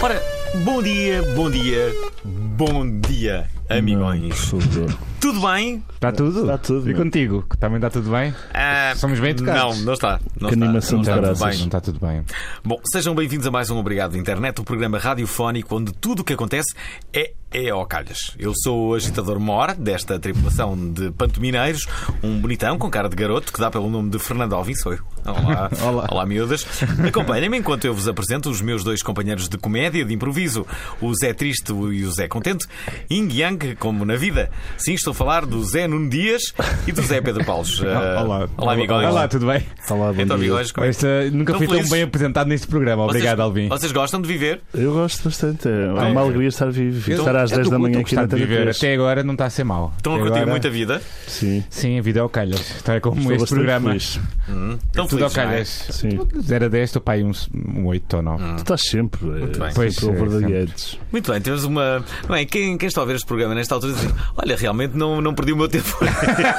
Ora, bom dia, bom dia, bom dia, amigões. Tudo bem? Está tudo? Está tudo, E meu. contigo? Que também está tudo bem? Ah, Somos bem Não, educados. não está. Não Que está, animação não de está tudo graças. Não bem. está tudo bem. Bom, sejam bem-vindos a mais um Obrigado Internet, o programa radiofónico onde tudo o que acontece é, é ao calhas. Eu sou o agitador mor desta tripulação de pantomineiros, um bonitão com cara de garoto que dá pelo nome de Fernando Alvim, sou eu. Olá, Olá. miúdas. Acompanhem-me enquanto eu vos apresento os meus dois companheiros de comédia, de improviso, o Zé Triste e o Zé Contente, Ying Yang, como na vida. Sim, estou a falar do Zé Nuno Dias e do Zé Pedro Paulos. Ah, Olá, amigões. Olá, tudo bem? Olá, Tá bom Então, dia. amigões, como é que Esta- nunca Tão fui tão felizes. bem apresentado neste programa. Obrigado, vocês, Alvin. Vocês gostam de viver? Eu gosto bastante. É Ah, uma é. alegria estar vivo. Eu- é estar às eu 10 da estou- manhã estou aqui na gostado de viver. TV. Até agora não está a ser mau. Estão a Até curtir agora- muita vida? Sim. Sim, a vida é ao calhas. Está como Estou este bastante programa. feliz. Estão Tudo ao felizes, não é? calhas. Sim. Tu 0 a 10, estou para aí uns 8 ou 9. Ah. estás sempre. Muito Muito bem. bem. Pois, Sempre é, over the sempre. edge. Muito bem, temos uma. Bem, quem, quem está a ver este programa nesta altura diz: assim, Olha, realmente não, não é? perdi o meu tempo.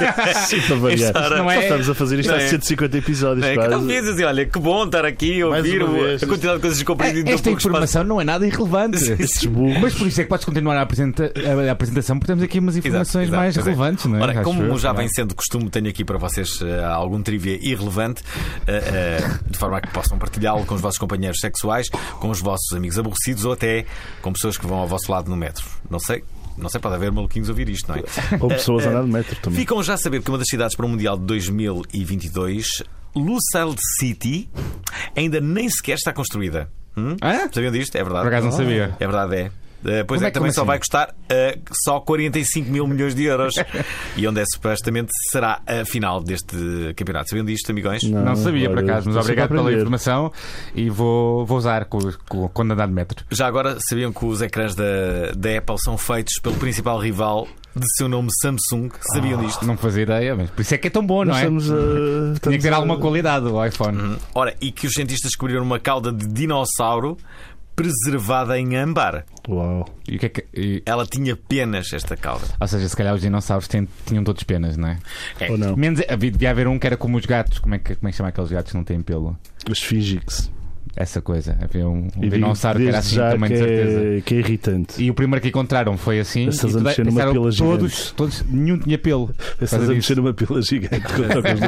Ah, Sim, para variar. Isto não Nós é- estamos a fazer isto não há é- 150 episódios. É, que quase. tal vezes assim, olha, que bom estar aqui a Mais ouvir uma o- vez. a quantidade de coisas descompreendidas É, Esta num pouco espaço. informação não é nada irrelevante. Esses burros. Mas por isso é que podes continuar a, apresenta- a apresentação, porque temos aqui umas informações exato, mais pois é. relevantes, não é? Ora, Acho como eu, já não é? vem sendo costume, tenho aqui para vocês eh, algum trivia irrelevante, eh, eh, de forma a que possam partilhá-lo com os vossos companheiros sexuais, com os vossos amigos aborrecidos ou até com pessoas que vão ao vosso lado no metro. Não sei, não sei, pode haver maluquinhos a ouvir isto, não é? Ou pessoas a andar de metro também. Ficam já a saber que uma das cidades para o Mundial de 2022, Lucille City, ainda nem sequer está construída. Hum? Hã? Sabiam disto? É verdade. Por acaso não sabia. É verdade, é. Eh, pois Como é, é que- também como só assim? vai custar eh, só 45 mil milhões de euros. e onde é supostamente será a final deste campeonato. Sabiam disto, amigões? Não sabia, por olha, acaso, mas estou obrigado sempre a pela aprender. informação e vou, vou usar co- co- quando andar de metro. Já agora sabiam que os ecrãs da, da Apple são feitos pelo principal rival de seu nome Samsung? Sabiam disto? Não fazia ideia, mas por isso é que é tão bom, Nós eh, não é? estamos a. Tinha que ter estamos a- alguma qualidade o iPhone. Uhum. Hum. Ora, e que os cientistas descobriram uma cauda de dinossauro preservada em âmbar. Uau. E o que é que- e- Ela tinha penas, esta cauda. ou seja, se calhar os dinossauros têm- tinham todos penas, não é? Ou não? Menos, havia- devia haver um que era como os gatos. Como é que, como é que chama aqueles gatos que não têm pelo? Os fingix. Essa coisa. Havia um, um E digo dinossauro que era desde assim já também, que de certeza. é, que é irritante. E o primeiro que encontraram foi assim. Essas e a mexer numa pensaram pila todos, gigante. todos, nenhum tinha pelo. Estás Por a causa disso. É mexer numa pila gigante com trocas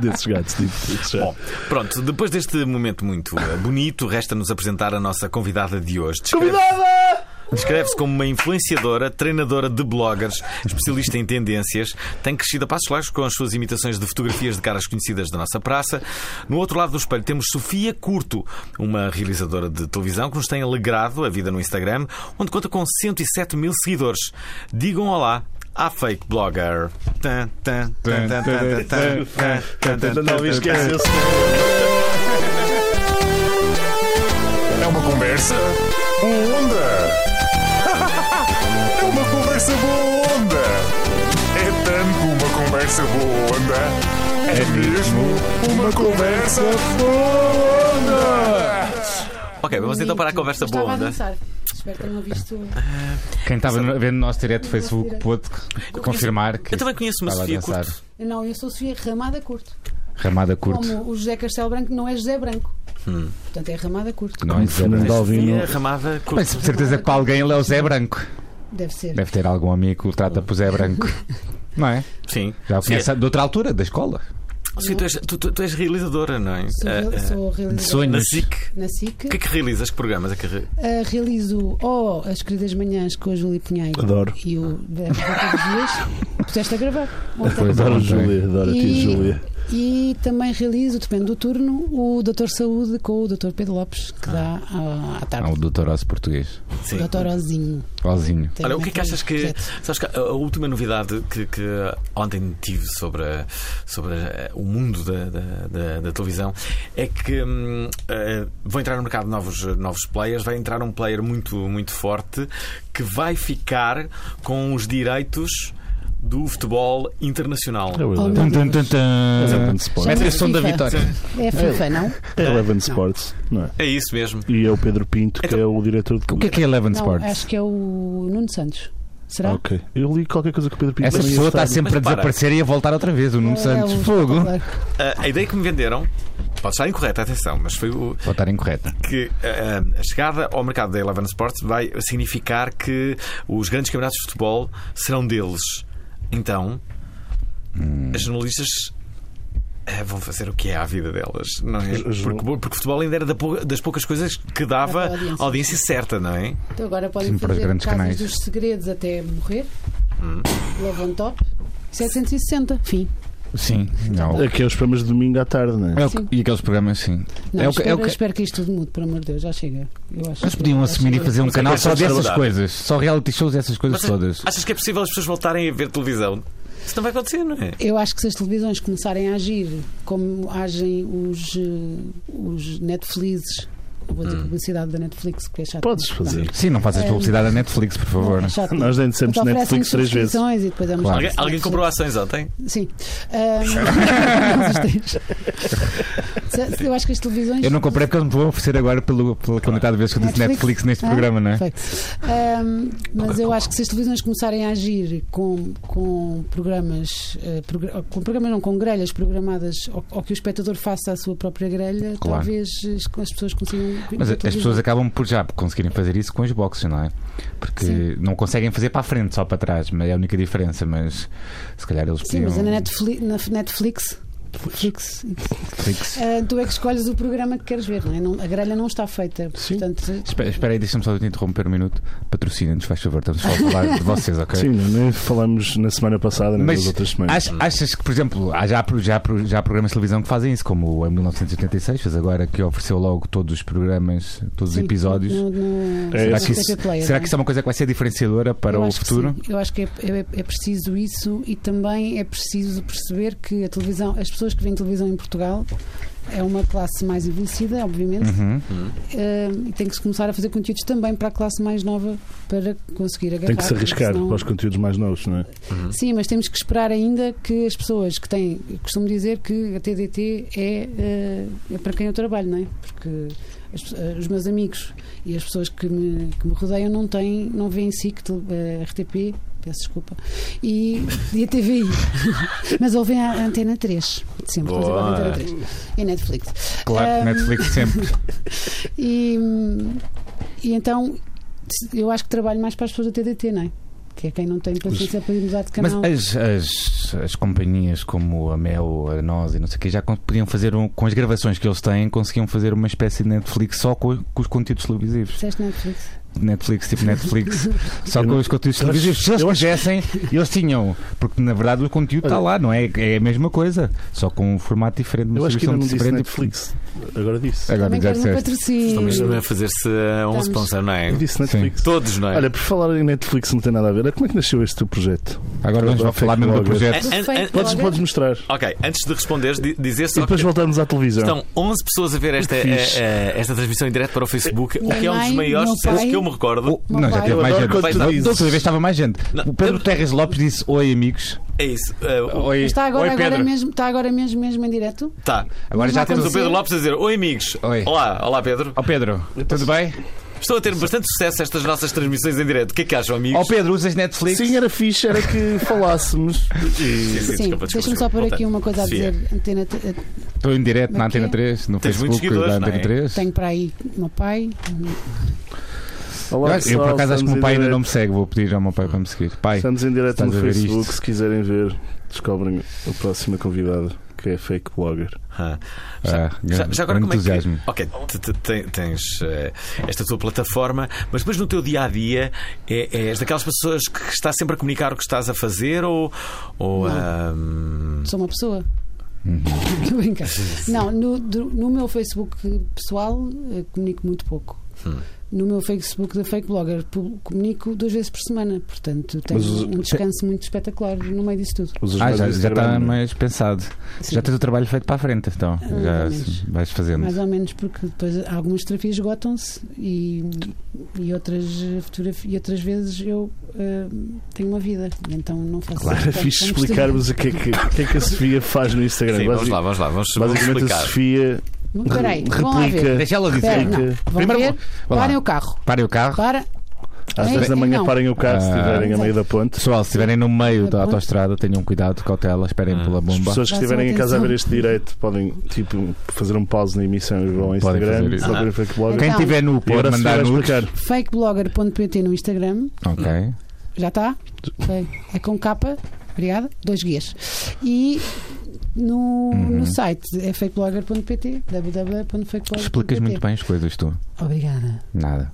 de- desses gatos. Tipo, isso já. Bom, pronto, depois deste momento muito eh, bonito, resta-nos apresentar a nossa convidada de hoje. Convidada! Descreve-se como uma influenciadora, treinadora de bloggers, especialista em tendências, tem crescido a passos largos com as suas imitações de fotografias de caras conhecidas da nossa praça. No outro lado do espelho temos Sofia Curto, uma realizadora de televisão que nos tem alegrado a vida no Instagram, onde conta com 107 mil seguidores. Digam olá à fake blogger. Tan, tan, tan, tan, tan, tan, tan, tan, tan, Não me esqueceu-se. É uma conversa boa onda. É uma conversa boa onda. É tanto uma conversa boa onda. É mesmo uma conversa boa onda. Ok, vamos então para a conversa Eu estava boa a onda. dançar. Espero ter não visto. Quem estava no- vendo o nosso direto do Facebook pôde confirmar que Eu também conheço uma estava a Sofia dançar. Curto. Não, eu sou Sofia Ramada Curto. Ramada Curto. Como o José Castelo Branco não é José Branco. Hum. Portanto, é Ramada Curto. Não, isso é Fernando branco. Alvim Sofia não- Ramada Curto. Mas de certeza que para alguém ele é o Zé Branco. Deve ser. Deve ter algum amigo que o trata por Zé Branco. Não é? Sim. Já o Sofia, conhece de outra altura, da escola. Sofia, tu, és, tu- tu- tu és realizadora, não é? Sou, Ah, real- ah, sou realizadora sonho. na SIC. Na O SIC. que é que realizas? Que programas é que re- Ah, realizo oh, as queridas manhãs com a Júlia Pinheiro Adoro. e o da Dias. Puseste a gravar. ontem. Pois, Adoro a Ontem. Júlia, adoro a tia E- Júlia. E também realizo, depende do turno, o Doutor Saúde com o Doutor Pedro Lopes, Ah. que dá à, à Ah, tarde. o doutor Osso português. Sim. Doutor Ozinho. Ozinho. Tem Olha, o que é muito que achas que. projeto. Sabes que a a última novidade que, que ontem tive sobre, a- sobre a- o mundo da, da- da- da televisão é que hum, eh, vão entrar no mercado novos, novos players. Vai entrar um player muito, muito forte que vai ficar com os direitos do futebol internacional. É verdade. meu Tum, tum, tum, tum. Eleven Sports. Mete o som da vitória. É a FIFA, não? É Eleven Sports, não é? É isso mesmo. E é o Pedro Pinto, que Então- é o diretor de. O que é que é Eleven Não, Sports? acho que é o Nuno Santos. Será? Ah, ok. Eu li qualquer coisa que o Pedro Pinto Essa também ia pessoa está estar- sempre a Mas para. desaparecer e a voltar outra vez, o Nuno É Santos. o- Fogo. claro. A, a ideia que me venderam. Pode estar incorreta, atenção, mas foi o, Pode estar incorreta. que eh, a chegada ao mercado da Eleven Sports vai significar que os grandes campeonatos de futebol serão deles. Então, as jornalistas eh, vão fazer o que é à vida delas, não é? As- as- Porque, porque o futebol ainda era da pou- das poucas coisas que dava Dava audiência. audiência. certa, não é? Então agora podem Sim, para os fazer grandes Casas canais. dos segredos até morrer. Hum. Love on top. 760. Fim. Sim. Não. Aqui é os programas de domingo à tarde, não é? É o que- e aqueles programas, sim. Não, é o que, espero, é o que- espero que isto tudo mude, pelo amor de Deus, já chega. Eu acho Mas que- podiam acho assumir e que- fazer um canal que é só dessas sociedade. coisas. Só reality shows dessas coisas Mas todas. Achas que é possível as pessoas voltarem a ver televisão? Isso não vai acontecer, não é? Eu acho que se as televisões começarem a agir como agem os, eh, os Netflixes, eu vou Hum. dizer publicidade da Netflix, que é chato. Podes fazer. Sim, não faças publicidade à Netflix, por favor. É chato. Nós nem dissemos Te oferecem Netflix três vezes. subscrições E depois é uma Claro. Alguém, chatice. alguém comprou ações ontem? Sim. Ahm, todos os dias. eu acho que as televisões. Eu não comprei porque eles me vão oferecer agora pelo, pela quantidade de vezes que eu disse Netflix neste Ah, programa, não é? perfeito. Ahm, mas eu acho que se as televisões começarem a agir com, com programas, eh, progra- com programas não, com grelhas programadas, ou, ou que o espectador faça a sua própria grelha, Claro. talvez eh, as, as pessoas consigam. ver Mas a as televisão. pessoas é acabam por já conseguirem fazer isso com os boxes, não é? Porque Sim. não conseguem fazer para a frente, só para trás, mas é a única diferença. Mas se calhar eles Sim, podiam. mas é na Netflix. Na Netflix Netflix, Netflix. ah, tu é que escolhes o programa que queres ver, não é? Não- a grelha não está feita. Sim. Portanto, Espera, espera aí, deixa-me só te interromper um minuto. Patrocina-nos, faz favor, estamos só a falar de vocês, ok? Sim, não, é? nem falámos na semana passada, nem Mas nas outras semanas. ach- achas que, por exemplo, há já, pro- já, pro- já há programas de televisão que fazem isso, como o em 1986 fez agora, que ofereceu logo todos os programas, todos os sim, episódios. no- no- É Será no que, isso, TT Player, será não é? que isso é uma coisa que vai ser diferenciadora para Eu o acho que futuro? sim. Eu acho que é, é- é preciso isso e também é preciso perceber que a televisão, as pessoas que veem televisão em Portugal é uma classe mais envelhecida, obviamente, Uhum. Hum. eh, e tem que se começar a fazer conteúdos também para a classe mais nova para conseguir agarrar. Tem que se porque arriscar senão- para os conteúdos mais novos, não é? Hum. Sim, mas temos que esperar ainda que as pessoas que têm. eu Costumo dizer que a TDT é, eh, é para quem eu trabalho, não é? Porque as pe- eh, os meus amigos e as pessoas que me, que me rodeiam não têm, não veem SIC, tele- eh, RTP, peço desculpa, e, e a TVI. mas ouvem a Antena 3, sempre, mas agora a Boa. Antena 3. E a Netflix. Claro, Ahm, Netflix sempre. E, e então eu acho que trabalho mais para as pessoas da TDT, não é? Que é quem não tem paciência para ir mudar de Mas canal. as, as, as companhias como a Mel, a Nós e não sei o que já con- podiam fazer um, com as gravações que eles têm, conseguiam fazer uma espécie de Netflix só com, com os conteúdos televisivos. Disseste Netflix? Netflix, tipo Netflix, só Eu com não- os conteúdos eu acho- televisivos. Se eles eu acho- quisessem, eles tinham. Porque na verdade o conteúdo está Olha- lá, não é? É a mesma coisa, só com um formato diferente, uma Eu acho que ainda distribuição não disse diferente. Netflix. Agora disse. Agora Também já quero um disseste. Estamos patrocínio. a fazer-se a um Estamos. sponsor, não é? Eu disse Netflix. Todos, não é? Olha, por falar em Netflix não tem nada a ver. Como é que nasceu este teu projeto? É Agora Agora vamos falar fico mesmo do logo. projeto. An- an- an- Podes, podes mostrar. ok, antes de responderes, di- dizer E só depois que. Então, voltamos à televisão. Então. Estão 11 pessoas a ver esta, Que fixe. eh, eh, esta transmissão em direto para o Facebook, o que é um dos Mãe, maiores meu sucessos pai. que eu me recordo. Oh, não, já pai. teve Eu mais adoro gente. quando tu Da dizes. outra vez estava mais gente. Não, o Pedro temos- Terres Lopes disse: Oi, amigos. É isso. eh, o- Oi, Está agora, Oi agora Pedro. mesmo, está agora mesmo, mesmo em direto? tá. Agora Não já Temos temos vai o o. acontecer. Pedro Lopes a dizer: Oi, amigos. Oi. Olá, olá, Pedro. Ó Pedro, tudo bem? Estão a ter bastante sucesso estas nossas transmissões em direto. O que é que acham, amigos? Ó Oh, Pedro, usas Netflix? Sim, era fixe, era que falássemos. Sim, sim, Sim, desculpa, desculpa, deixa-me só desculpa. pôr aqui Volta. é. uma coisa a Sofia. dizer. Antena, eh, Estou em direto na Como é que Antena é? 3, no Tens muitos Facebook da seguidores, não é? Antena 3. tenho para aí o meu pai. Olá, Eu, acho- eu, por pessoal, acaso acho que o estamos meu em pai ainda direto. não me segue, vou pedir ao meu pai para me seguir. Pai, Estamos em direto Estás no a ver Facebook, isto? se quiserem ver, descobrem a próxima convidada, que é fake blogger. Ah. ah, Já, já agora como é grande que. entusiasmo. Ok, te- te- te- tens eh, esta tua plataforma, mas depois no teu dia a dia é, és daquelas pessoas que está sempre a comunicar o que estás a fazer ou. ou Não. ah, hum, Sou uma pessoa. Uhum. Estou a brincar. Não, no, do- no meu Facebook pessoal eh, comunico muito pouco. Hum. No meu Facebook da Fake Blogger pu- comunico duas vezes por semana, portanto tenho Mas os- um descanso muito espetacular no meio disso tudo. Usas Ah, mais já, já Instagram, está não é? mais pensado. Sim. Já tens o trabalho feito para a frente, então. Ah, Mais Já ou menos. vais fazendo. Mais ou menos porque depois algumas fotografias esgotam-se e, e, outras fotografi- e outras vezes eu eh, tenho uma vida, então não faço Claro, tanto era fixe como explicarmos o que é que, o que é que a Sofia faz no Instagram. Sim, vamos Basic- lá, vamos lá, vamos, vamos Basicamente, a explicar. Sofia costumo. Espera aí, vão lá replica. ver. Deixa ela Espera, dizer. não. que- Vão Primeiro ver, vá lá. parem o carro. Parem o carro. Para, às É Ei, 10 da ei, manhã não. parem o carro se Ah. estiverem a meio da ponte. Pessoal, se estiverem no meio da Aponte. autoestrada, tenham cuidado, cautela, esperem Hum. pela As bomba. pessoas que Façam estiverem em casa a ver atenção. este direito podem tipo, fazer um pause na emissão e vão ao Podem fazer Instagram, isso. procurem Fake Blogger. Quem Então- tiver nu E pode agora a Sofia mandar vai nu. explicar. fakeblogger.pt no Instagram, Ok. já está? Ok. É com capa, obrigada, dois guias. E no, Uhum. no site é fakeblogger.pt, www.fakeblogger.pt. Explicas muito bem as coisas, tu. Obrigada. Nada.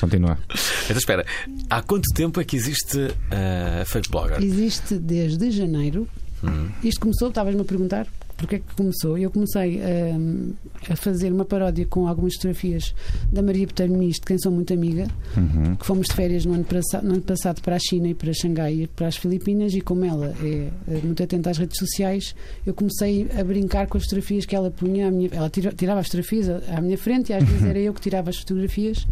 Continua. Então espera, há quanto tempo é que existe eh, a fake blogger? Existe desde janeiro. Hum. Isto começou, estavas-me a perguntar porque é que começou. Eu comecei hum, a fazer uma paródia com algumas fotografias da Maria Botelho Muniz, de quem sou muito amiga, Uhum. que fomos de férias no ano, passa- no ano passado para a China e para Xangai e para as Filipinas e como ela é eh, muito atenta às redes sociais, eu comecei a brincar com as fotografias que ela punha à minha, ela tira- tirava as fotografias à- à minha frente e às vezes era eu que tirava as fotografias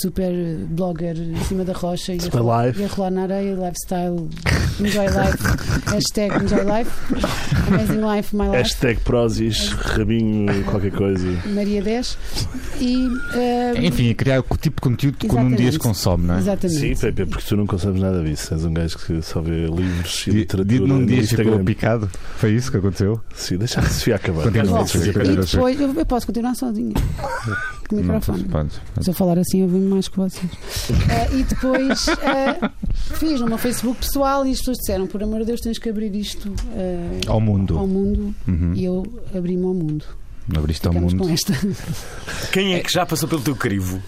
super eh, blogger em cima da rocha e a, Super rolar, life. e a rolar na areia lifestyle enjoy life hashtag enjoy life amazing life my life Hashtag Prozis, rabinho, qualquer coisa. Maria 10 e eh, Enfim, criar o tipo de conteúdo que num dia se Exatamente. consome, não é? exatamente Sim, Pepe, porque tu não consumes nada disso. És um gajo que só vê livros e Di- di- literatura Num no dia ficou Instagram. picado. Foi isso que aconteceu? Sim, deixa a Sofia acabar. Continua, Não, Sofia, Sofia, E continua. depois, eu, eu posso continuar sozinha. Com o Não, microfone. pois, podes. Se eu falar assim, eu venho mais que vocês. Ah, e depois ah, fiz no meu Facebook pessoal e as pessoas disseram: por amor de Deus, tens que abrir isto ah, Ao ao mundo. mundo. Uhum. E eu abri-me ao mundo. Abriste ao Ficamos mundo. com esta. Quem é que já passou pelo teu crivo?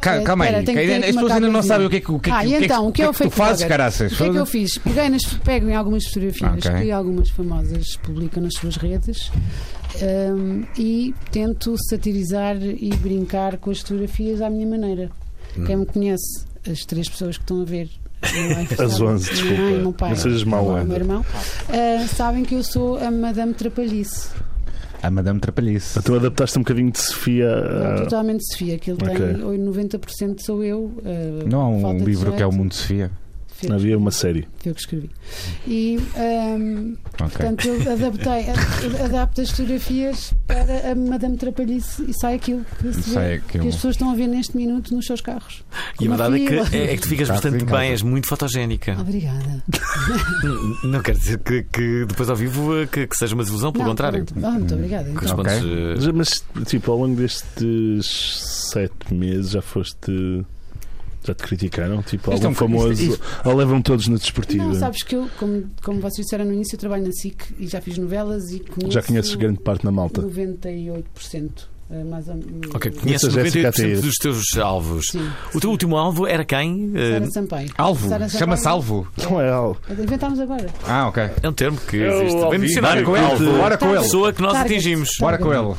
Ca- Eh, Calma aí, espera, tenho- que ainda- tenho que as pessoas marcar ainda não coisinha. sabem o que é que, o que, é Ah, que- e o que, é que- então, o que é o tu fake fazes, blogger? caraças? O que é que eu fiz? Peguei nas, pego em algumas fotografias Ok. que algumas famosas publicam nas suas redes ahm, e tento satirizar e brincar com as fotografias à minha maneira. Quem é me conhece, as três pessoas que estão a ver. no live, As sabem, 11, Minha mãe, meu desculpa. pai, Não sejas mau, o meu Ana. irmão, ah, sabem que eu sou a Madame Trapalhice. A Madame Trapalhice. Tu adaptaste um bocadinho de Sofia. ah, Não, a- totalmente Sofia, aquilo Ok. tem oi, 90% sou eu. ah, Não há falta um de livro que é o jeito. Mundo de Sofia. Fez- Havia uma série. Foi eu que escrevi. E, ahm, Ok. portanto, eu adaptei, a- adapto as fotografias para a Madame Trapalhice e sai aquilo que, se vê, Sai aquilo. que as pessoas estão a ver neste minuto nos seus carros. E a Uma verdade é fila. Ah. que, é, é que tu ficas Está bastante em casa. bem, és muito É. fotogénica. Obrigada. N- Não quer dizer que, que depois ao vivo eh, que, que seja uma desilusão, pelo Não, contrário. pronto. Ah, muito obrigada. então. Correspondes, Ok. eh, Já- Mas, tipo, ao longo destes sete meses já foste. Já te criticaram? Tipo, Isto é algum um- famoso. isto- Ou levam todos na desportiva? Não, sabes que eu, como, como vocês disseram no início, eu trabalho na SIC e já fiz novelas e conheço Já conheces grande parte na malta. 98%. eh, Mais ou menos. Ok, a conheces Jéssica 98% Ataíde. dos teus alvos. Sim. O teu último alvo era quem? Eh, Sara Sampaio. Alvo. Sara Sampaio. Eh, Chama-se Alvo. Não é algo. Inventámos agora. Ah, ok. É um termo que Eu existe. Vem ouvi. no dicionário. Bora com ele, Alvo. bora Tá, com ele. Pessoa que nós Target. atingimos. Bora com ele.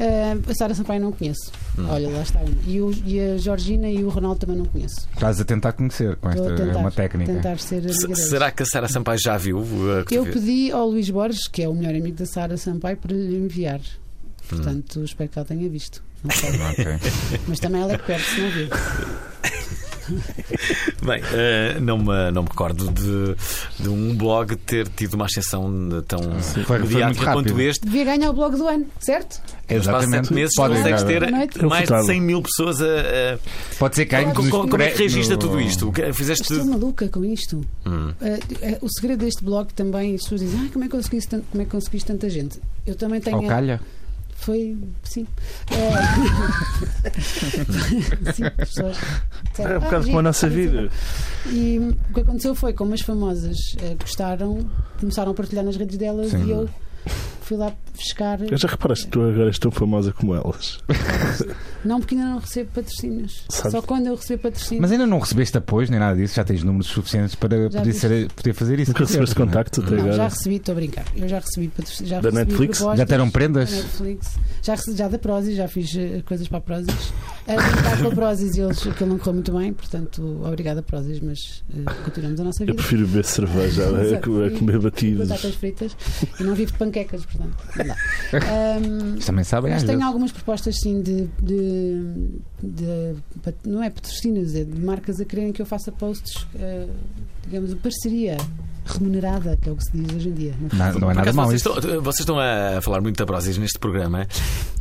Ah, a Sara Sampaio não conheço. Hum. Olha, lá está. um. E, o- e a Georgina e o Ronaldo também não conheço. Estás a tentar conhecer com Estou esta a tentar, é uma técnica. tentar ser amiga Se- deles. Será que a Sara Sampaio já viu? eh, que Eu tu- pedi ao Luís Borges, que é o melhor amigo da Sara Sampaio, para lhe enviar. Hum. Portanto, espero que ela tenha visto. Não sei. Ok. Mas também ela é que perde se não viu. Bem, eh, não, me, não me recordo de, de um blog ter tido uma ascensão de- tão Foi- foi muito mediática rápido. quanto este. Devia ganhar o blog do ano, certo? No espaço de sete meses Podem consegues ganhar. ter Boa noite. Eu mais de votava. 100 mil pessoas a. a- Pode ser quem Co- co- Como, é que no- registra tudo isto? O que- Fizeste. Estou maluca com isto. Hum. Ah, ah, o segredo deste blog também, as pessoas dizem, ah, como é que conseguiste, tan- como é que conseguiste tanta gente? Eu também tenho. Ou calha? Foi, sim. É. sim, pessoas. "Ah, É um bocado como a nossa vida. E o que aconteceu foi, como as famosas eh, gostaram, começaram a partilhar nas redes delas Sim. e eu fui lá pescar. Eu já reparaste que tu agora és tão famosa como elas. Não, porque ainda não recebo patrocínios. Sabe- Só quando eu recebo patrocínios. Mas é ainda não recebeste apoios nem nada disso, já tens números suficientes para Já poder, fiz. ser- poder fazer isso. Nunca recebeste Não é? contacto até Não, já agora. recebi, estou a brincar. Eu já recebi patrocínios. Já Da recebi Netflix? propostas Já deram da prendas? Netflix. Já, recebi, já da Prozis, já fiz eh, coisas para a Prozis. A brincar com a Prozis e eles, aquilo não correu muito bem, portanto, obrigada Prozis, mas eh, continuamos a nossa Eu vida. prefiro beber cerveja a- a Exato. a comer batidos. Batatas fritas e não vivo de panquecas, portanto. não dá. Ahm, Mas também sabem, mas às tenho vezes. algumas propostas sim de, de- de- pat- não é patrocínios, é de marcas a quererem que eu faça posts, eh, digamos, de parceria remunerada, que é o que se diz hoje em dia. não é? Não, não é Por nada acaso, mal vocês, isso. estão, vocês estão a falar muito da Prozis neste programa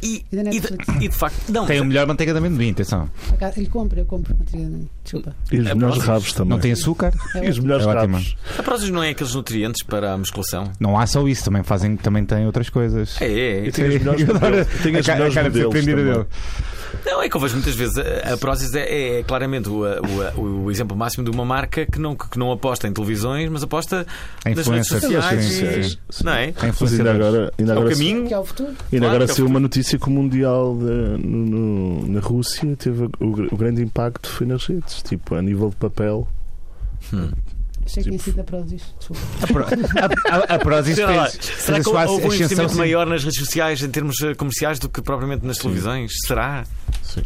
e, E da e de, Netflix. e de facto. Não, Tem um- o melhor manteiga de amendoim, atenção. Por acaso- E compro, eu compro manteiga de amendoim, desculpa. E os É melhores bom. rabos também. Não tem açúcar? É E os ótimo. melhores É ótimo. rabos. a Prozis não é aqueles nutrientes para a musculação? Não há só isso, também fazem, também têm outras coisas. É, é. E tem os melhores Eu adoro modelos. Tem a os cara- a melhores cara de modelos. surpreendida também. dele. Não, é que eu vejo muitas vezes. A, a Prozis é, é claramente o, o- o exemplo máximo de uma marca que não, que não aposta em televisões, mas aposta Em nas redes influencers, sociais. sim, e- sim, Não é? Há Mas ainda influenciadores. agora, ainda É o agora, caminho. Que é o futuro. ainda Claro, agora que é o saiu uma notícia que o Mundial de- no- no- na Rússia teve o, gr- o grande impacto foi nas redes, tipo, a nível de papel. Hum. Achei que tinha Tipo- sido da Prozis, desculpa. A pro- a- a- A Prozis Sei lá, fez. será fez que a sua houve um ascensão investimento sim- maior nas redes sociais em termos eh, comerciais do que propriamente nas televisões? Será? Hum.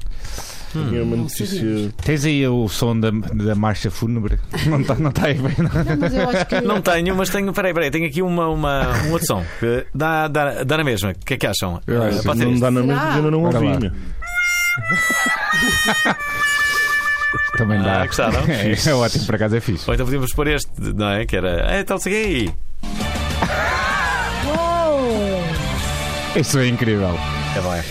Tinha uma Não notícia. sabíamos. Tens aí o som da, da marcha fúnebre? Não está não tá aí bem, não. Não, mas eu acho que. Não tá. tenho, mas tenho. Peraí, peraí, tenho aqui uma, uma- um outro som. que Dá, dá, dá na mesma. O que é que acham? Eu acho Eh, que pode ser não este? dá na mesma, Será? porque ainda não Bora lá. ouvi. meu. Também dá. Ah, gostaram? É, é ótimo, por acaso é fixe. Ou então podíamos pôr este, não é? Que era. "Ah, Então segui aí. Uou! Isso é incrível. É bom.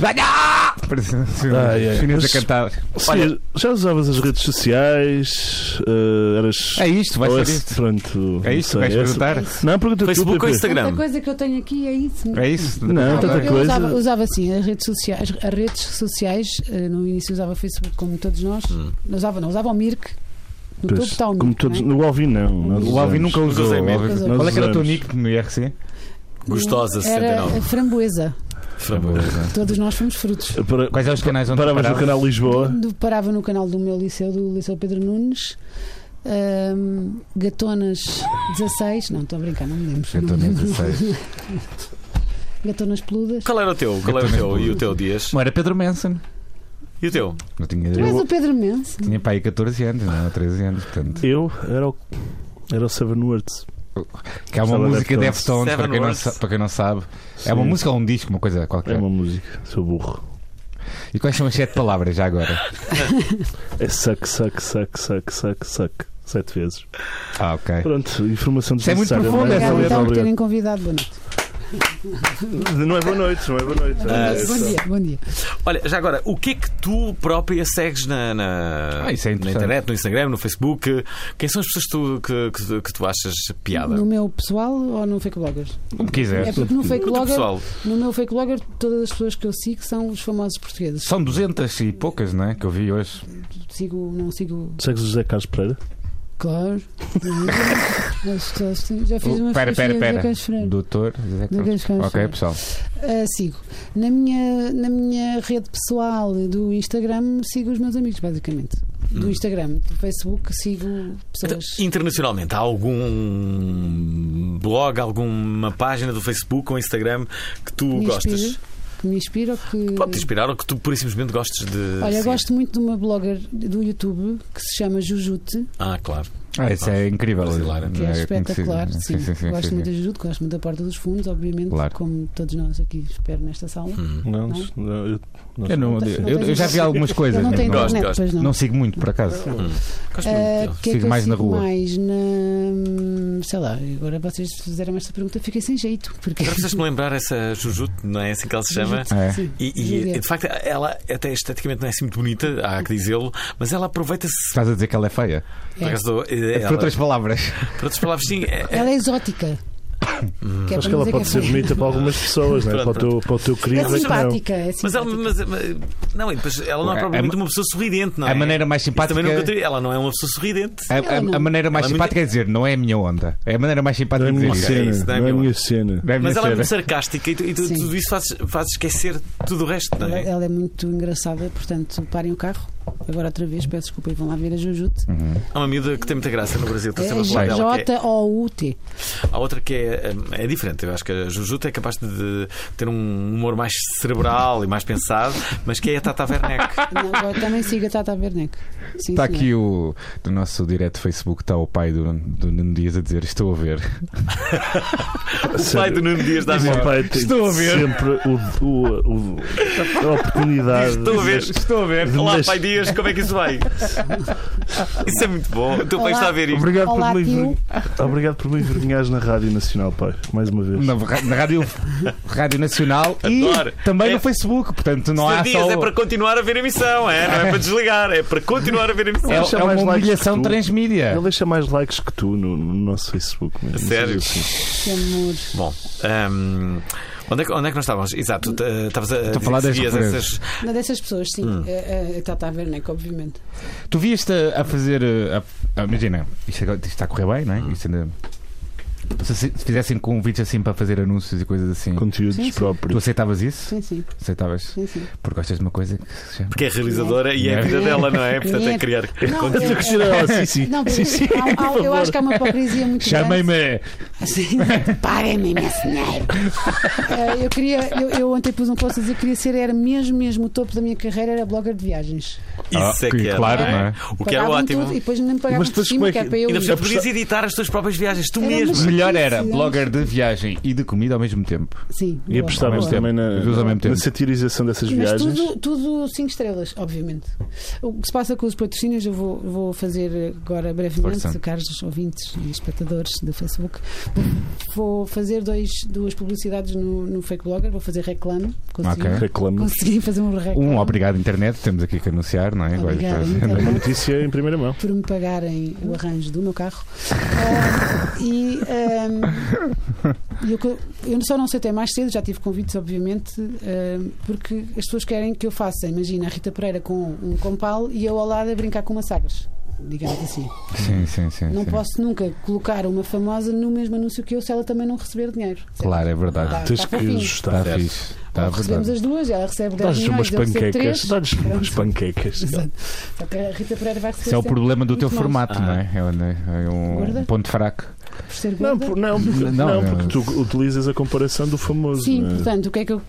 Ganhar! Parece Ai, ai. chineses a Mas- cantar. Sim, Olha- já usavas as redes sociais? eh, eras. É isto, vai ou ser esse- isto. pronto, É não isto que sei, vais essa- perguntar? Não, pergunta Facebook tu, ou Pepe. Tanta Instagram? coisa que eu tenho aqui é isso. É isso? Não, tá Ok. tanta Eu coisa. usava, usava assim as redes sociais, as redes sociais eh, no início usava Facebook como todos nós, Hum. não usava, não usava o Mirk, no Pois, topo está o Mirk. Como todos, não no Alvin não. nós O Alvin usamos. nunca usou. usei o mesmo. Alvin- Nós Qual é que era o teu usamos. nick no IRC? é? Gostosa, Era 69. a framboesa. Tá Tá Fabuloso. Todos nós fomos frutos. Para, Quais eram os canais onde paravas no paravas? canal Lisboa. Do- Parava no canal do meu liceu, do Liceu Pedro Nunes. ahm, Gatonas 16, não estou a brincar, não me lembro. Eu estou Não nem me lembro. 16. Gatonas peludas. Qual era o teu? Qual era o teu? E o teu, Dias? Não era Pedro Manson. E o teu? Não tinha, Tu és eu o Pedro Mense. tinha pai 14 anos, não, 13 anos, portanto. Eu era o, era o Seven Words. Que é uma Gostava de música de Deftones. Deftones, para Seven quem, não Words. sa- para quem não sabe. É uma Sim. música ou um disco, uma coisa É qualquer. uma música, sou burro. E quais são as sete palavras já agora? É sac, sac, sac, sac, sac, sac. Sete vezes. Ah, ok. Pronto, informação Isso é muito desnecessária. profundo, não é? essa letra. Obrigada então por Obrigado. terem convidado. Boa noite. Não é boa noite, não é boa noite. Ah, É bom só- dia, bom dia. Olha, já agora, o que é que tu própria segues na, na, Ah, isso é na interessante. internet, no Instagram, no Facebook? Quem são as pessoas que tu, que, que- que tu achas piada? No meu pessoal ou no Fake Bloggers? Como quiser. É porque no Fake No teu Blogger pessoal. No meu fake blogger, todas as pessoas que eu sigo são os famosos portugueses. São 200 e poucas, não é? Que eu vi hoje. Sigo, não sigo, Segues o José Carlos Pereira? claro. é? Mas todos têm- já fiz uma Oh, Pera, pera, pera. É. fotografia Doutor José do Carlos. Gajo Carlos Ok, Ferreira. pessoal. Ah, sigo. Na minha, na minha rede pessoal do Instagram, sigo os meus amigos, basicamente. Do Hum. Instagram, do Facebook, sigo Então, pessoas. internacionalmente, há algum blog, alguma página do Facebook ou Instagram que tu que me gostas? inspira, que me inspira, que. Pode te inspirar ou que tu pura e simplesmente gostes de. Olha, eu seguir? gosto muito de uma blogger do YouTube que se chama Jujute. Ah, claro. Ah, isso é incrível. Brasileira. Que é, conhecido. espetacular, sim. Sim, sim, sim. gosto sim, muito sim. de ajuda, gosto muito da Porta dos Fundos, obviamente, Claro. como todos nós aqui, espero, nesta sala. Hum. Não, Não. não, eu- não Eu, não- Não tens- eu- não eu tens já vi algumas coisas. Eu não tenho mas Gosto, internet, gosto. pois não. não sigo muito, por acaso. Hum. Gosto muito Ah, que é Sigo que eu mais na sigo rua. mais na. Sei lá, agora vocês fizeram esta pergunta, fiquei sem jeito. Porque Agora precisas-me lembrar essa Jujutsu, não é assim que ela se chama? Jujutsu, É. sim. E, e, de facto, ela até esteticamente não é assim muito bonita, há que dizê-lo, mas ela aproveita-se. Estás a dizer que ela é feia? Por acaso, É, eh, por ela- outras palavras. por outras palavras, sim. é- é- Ela é exótica. Que é Acho para que não ela dizer pode é ser feia. bonita para algumas pessoas, não é? para, o teu, para o teu querido. é É que não. simpática, é Mas ela, simpática. mas, mas Não, e depois ela não é A- propriamente a- uma pessoa sorridente, não é? a maneira mais Isso também simpática. nunca teria- Ela não é uma pessoa sorridente. A, a- Ela não. a maneira mais Ela é muito- simpática é dizer, não é a minha onda. É a maneira mais Não simpática é a de minha dizer Ok, cena. isso não é não é a meu. minha cena. Não é a minha Mas ela é muito cena. sarcástica e, tu- e tu- Sim. tudo isso faz, faz esquecer tudo o resto, não Ela, é? ela é muito engraçada, portanto, parem o carro. Agora outra vez, peço desculpa e vão lá ver a Jujute. Uhum. Há É uma miúda que tem muita graça no Brasil, estou É sempre a falar dela. que é- J-O-U-T. Há outra que é, hum, é diferente. Eu acho que a Jujuta é capaz de ter um humor mais cerebral e mais pensado, mas que é a Tata Werneck. Não, agora também siga a Tata Werneck. Sim, Está senhor. Tá aqui o, do nosso direto Facebook, está o pai do, do Nuno Dias a dizer, estou a ver. O pai do Nuno Dias um- da O meu pai tem Estou a ver. sempre o, o- o- a oportunidade Estou a ver. de- Estou a ver. de Olá, nas- pai Dias, como é que isso vai? Isso é muito bom. O teu pai Olá. está a ver isto. Obrigado, Olá, por me tio. enver- Obrigado por me envergonhares na Rádio Nacional, pai. Mais uma vez. Na, ra- na rádio, rádio Nacional Adoro. e também É- no Facebook, portanto não Senhor há Dias, só... é para continuar a ver a emissão, é? Não é para desligar, é para continuar a ver a emissão. É, Deixa é mais uma likes que humilhação tu. transmídia. Ele deixa mais likes que tu no, no nosso Facebook. mesmo. assim, Sério? Que amor. Bom, hum, onde, é que, onde é que nós estávamos? Exato, tu, eh, estavas a, dizer a falar que das seguias referências. essas- Uma dessas pessoas, sim. A, a Tata Werneck, obviamente. Tu vieste a, a fazer. uh, a- a- imagina, isto, agora- isto está a correr bem, não Hum. é? Isto ainda- se, se fizessem convites assim para fazer anúncios e coisas assim, Conteúdos Sim, sim. tu próprios. aceitavas isso? Sim, sim, Aceitavas? sim, sim. Porque gostas de uma coisa que se chama. Porque é realizadora e é a vida dela, não é? Portanto, é criar conteúdo. eu- Ah, sim, sim. Não, Sim, sim. há- há- eu acho que há uma hipocrisia muito grande. Chamei-me! Sim. Parem-me, minha senhora. Eh, eu queria, eu, eu ontem pus um post a dizer que queria ser, era mesmo, mesmo o topo da minha carreira, era blogger de viagens. Isso é Ah, que era. claro, não é? O que era Pagavam ótimo. tudo e depois nem me pagavam Mas por depois cima, como é que é que- para eu Ainda por cima ir. podias editar as tuas próprias viagens, tu Era uma mesmo. chatice, Melhor era não é? blogger de viagem e de comida ao mesmo tempo. Sim. E boa, apostávamos boa. tempo. também na, Os dois ao mesmo tempo. na satirização dessas Mas viagens. tudo, tudo cinco estrelas, obviamente. O que se passa com os patrocínios, eu vou, vou fazer agora brevemente, Força. caros ouvintes e espectadores do Facebook. Vou fazer dois, duas publicidades no, no Fake Blogger, vou fazer reclame. Consegui, Ok. Reclamo. consegui fazer um reclame. Um, obrigado internet, temos aqui que anunciar, não é? Agora Obrigada, está- internet. Uma notícia em primeira mão. por me pagarem o arranjo do meu carro. Ah, e ah, e o que eu, eu só não sei até mais cedo, já tive convites, obviamente, ah, porque as pessoas querem que eu faça, imagina, a Rita Pereira com um compal e eu ao lado a brincar com massacres. Digamos assim. Sim, sim, sim. Não sim. posso nunca colocar uma famosa no mesmo anúncio que eu se ela também não receber dinheiro. Claro, é verdade. Tens tá que fofinho. Está ajustar. fixe. Está Recebemos verdade. as duas, ela recebe 10 Dás-lhe milhões, umas eu recebo panquecas. 3. Dás-lhe umas panquecas. Só que a Rita Pereira vai receber Isso é o sempre problema do teu muito Ah. mais. formato, não é? É um- é Gorda? um ponto fraco. Por ser Não, gorda. por- não, porque- Não, não, não. porque tu utilizas a comparação do famoso. Sim, não é? portanto, o que é que eu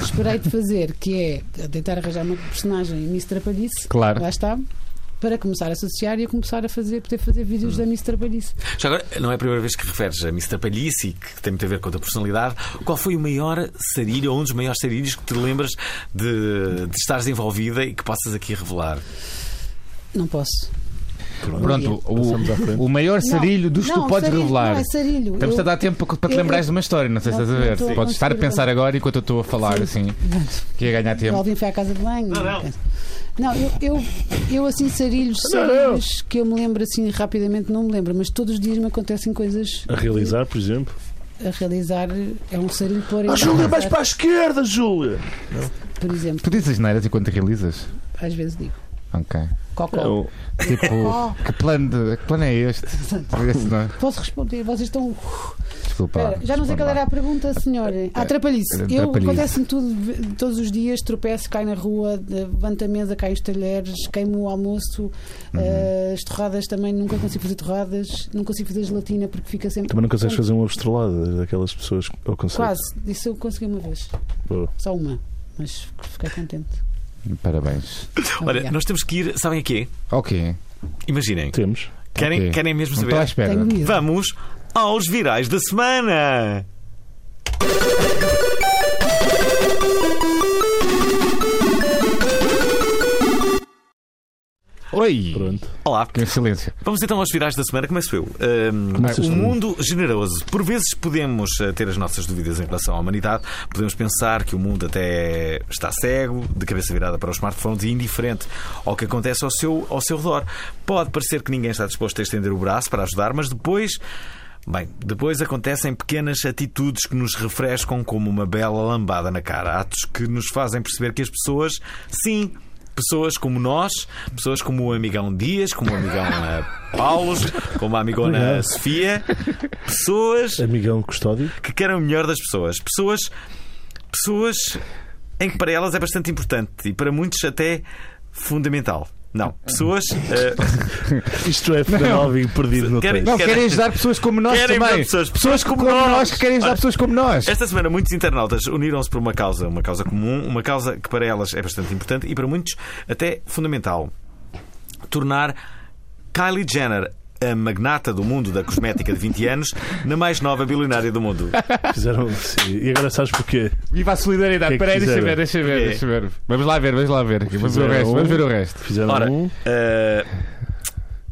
esperei de fazer? Que é tentar arranjar uma personagem Miss Trapalhice, Claro. lá está, para começar a associar e a começar a fazer, poder fazer vídeos da Miss Trapalhice. Já agora, não é a primeira vez que referes a Miss Trapalhice, e que tem muito a ver com a tua personalidade. Qual foi o maior sarilho, ou um dos maiores sarilhos que te lembras de, de estares envolvida e que possas aqui revelar? Não posso. Pronto, Passamos à frente. o, o maior sarilho dos não, tu podes sarilho, revelar. Não, é sarilho. Estamos a Eu- dar tempo para te eu- lembrares de uma história, não sei se Não, estás a não ver. estou a Podes estar a conseguir pensar agora enquanto eu estou a falar, assim, que ia ganhar O tempo. Alvin foi à casa de banho. Não, não. Não, eu, eu, eu, assim, sarilhos, Não, sarilhos que eu me lembro assim rapidamente, não me lembro, mas todos os dias me acontecem coisas A realizar, por exemplo. a realizar. É um sarilho por Ah, Júlia, vais para a esquerda, Júlia! Por exemplo, Tu dizes neiras enquanto realizas? às vezes digo Ok. cocó. É um Não, Oh. Tipo, que plano, de- que plano é este? Esse não é? Posso responder? Vocês estão. Desculpa. lá, Espera, já não desculpa sei qual lá. era a pergunta, É, senhora. Ah, Atrapalhice. Eu Atrapalhice. acontece-me tudo v- todos os dias, tropeço, caio na rua, de- levanto a mesa, caio os talheres, queimo o almoço, Uhum. eh, as torradas também, nunca consigo fazer torradas, não consigo fazer gelatina porque fica sempre. Também não consegues fazer um abstrelado daquelas pessoas. Ou consegues? Quase, isso eu consegui uma vez, Boa. só uma, mas fiquei contente. Parabéns. Olha, Obrigada. nós temos que ir, sabem a quê? Ok. Imaginem, Temos. querem, ok. querem mesmo Não estou à saber? espera. Tenho medo. Vamos aos virais da semana! Oi! Pronto. Olá! Que silêncio. Vamos então aos virais da semana. Começo eu. Ahm, Começas o tu. mundo generoso. Por vezes podemos eh, ter as nossas dúvidas em relação à humanidade. Podemos pensar que o mundo até está cego, de cabeça virada para os smartphones e indiferente ao que acontece ao seu, ao seu redor. Pode parecer que ninguém está disposto a estender o braço para ajudar, mas depois Bem, depois acontecem pequenas atitudes que nos refrescam como uma bela lambada na cara. Atos que nos fazem perceber que as pessoas, sim, pessoas como nós, pessoas como o amigão Dias, como o amigão eh, Paulo, como a amigona Obrigado. Sofia, pessoas Amigão custódio. que querem o melhor das pessoas. Pessoas. Pessoas em que para elas é bastante importante e para muitos até fundamental. Não, pessoas eh, Isto é Fernalving perdido no Querem- texto. Não, Querem- querem ajudar pessoas como nós Querem também. ajudar pessoas- pessoas como como nós. nós. que querem ajudar Olha, pessoas como nós. Esta semana muitos internautas uniram-se por uma causa, uma causa comum, uma causa que para elas é bastante importante e para muitos até fundamental. Tornar Kylie Jenner a magnata do mundo da cosmética de 20 anos na mais nova bilionária do mundo. Fizeram assim. E agora sabes porquê? Viva a solidariedade. Que é que Espera aí, deixa fizeram? ver, deixa ver, É. deixa ver. Vamos lá ver, vamos lá ver. Vamos ver o Fizeram resto, um. vamos ver o resto. Fizeram Ora, um. eh,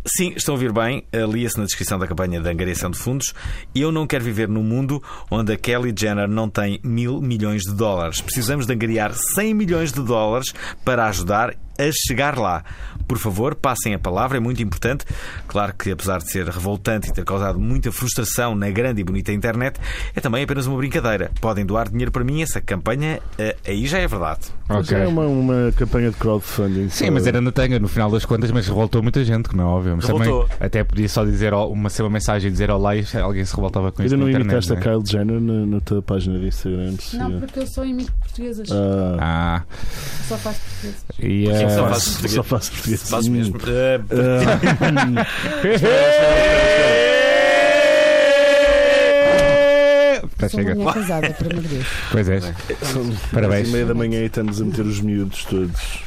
sim, estão a ouvir bem. Eh, Lia-se na descrição da campanha de angariação de fundos. Eu não quero viver num mundo onde a Kelly Jenner não tem mil milhões de dólares. Precisamos de angariar 100 milhões de dólares para ajudar a chegar lá. Por favor, passem a palavra, é muito importante. Claro que, apesar de ser revoltante e ter causado muita frustração na grande e bonita internet, é também apenas uma brincadeira. Podem doar dinheiro para mim, essa campanha eh, aí já é verdade. Mas É Ok. uma, uma campanha de crowdfunding. Sim, mas era na tanga no final das contas, mas revoltou muita gente, como é óbvio. Mas também Revoltou. até podia só dizer ó, uma, ser uma mensagem e dizer olá e alguém se revoltava com isso. Ainda não na internet, imitaste a né? Kyle Jenner na, na tua página de Instagram? Não, Sofia? porque eu só imito portuguesas. Ah, Ah, Só faço portuguesas. Porque e eh, só faz- faço- português. só faço português. Hum. Ah, Faz mesmo. Eh, Já Sou uma chega. mulher casada, por amor de Deus. Pois é. és. Parabéns. Parabéns. meia da manhã e estamos a meter os miúdos todos.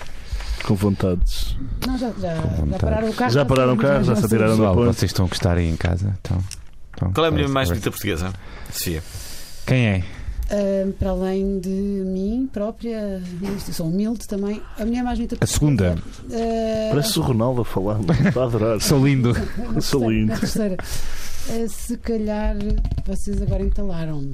Com vontades. Não, já, já, já vontade. pararam o carro. Já pararam o carro, já se atiraram da Pessoal, ponte. vocês estão a gostar aí em casa? Então, então, Qual é a mulher parece- mais parece- bonita portuguesa? Sofia. Quem é? Ah, para além de mim própria, isto, eu sou humilde também. A mulher mais bonita. A segunda. Ah, Parece o Ronaldo a falar, mano. está a adorar. Sou lindo. a sou terceira, lindo. a terceira. Ah, se calhar vocês agora entalaram-me.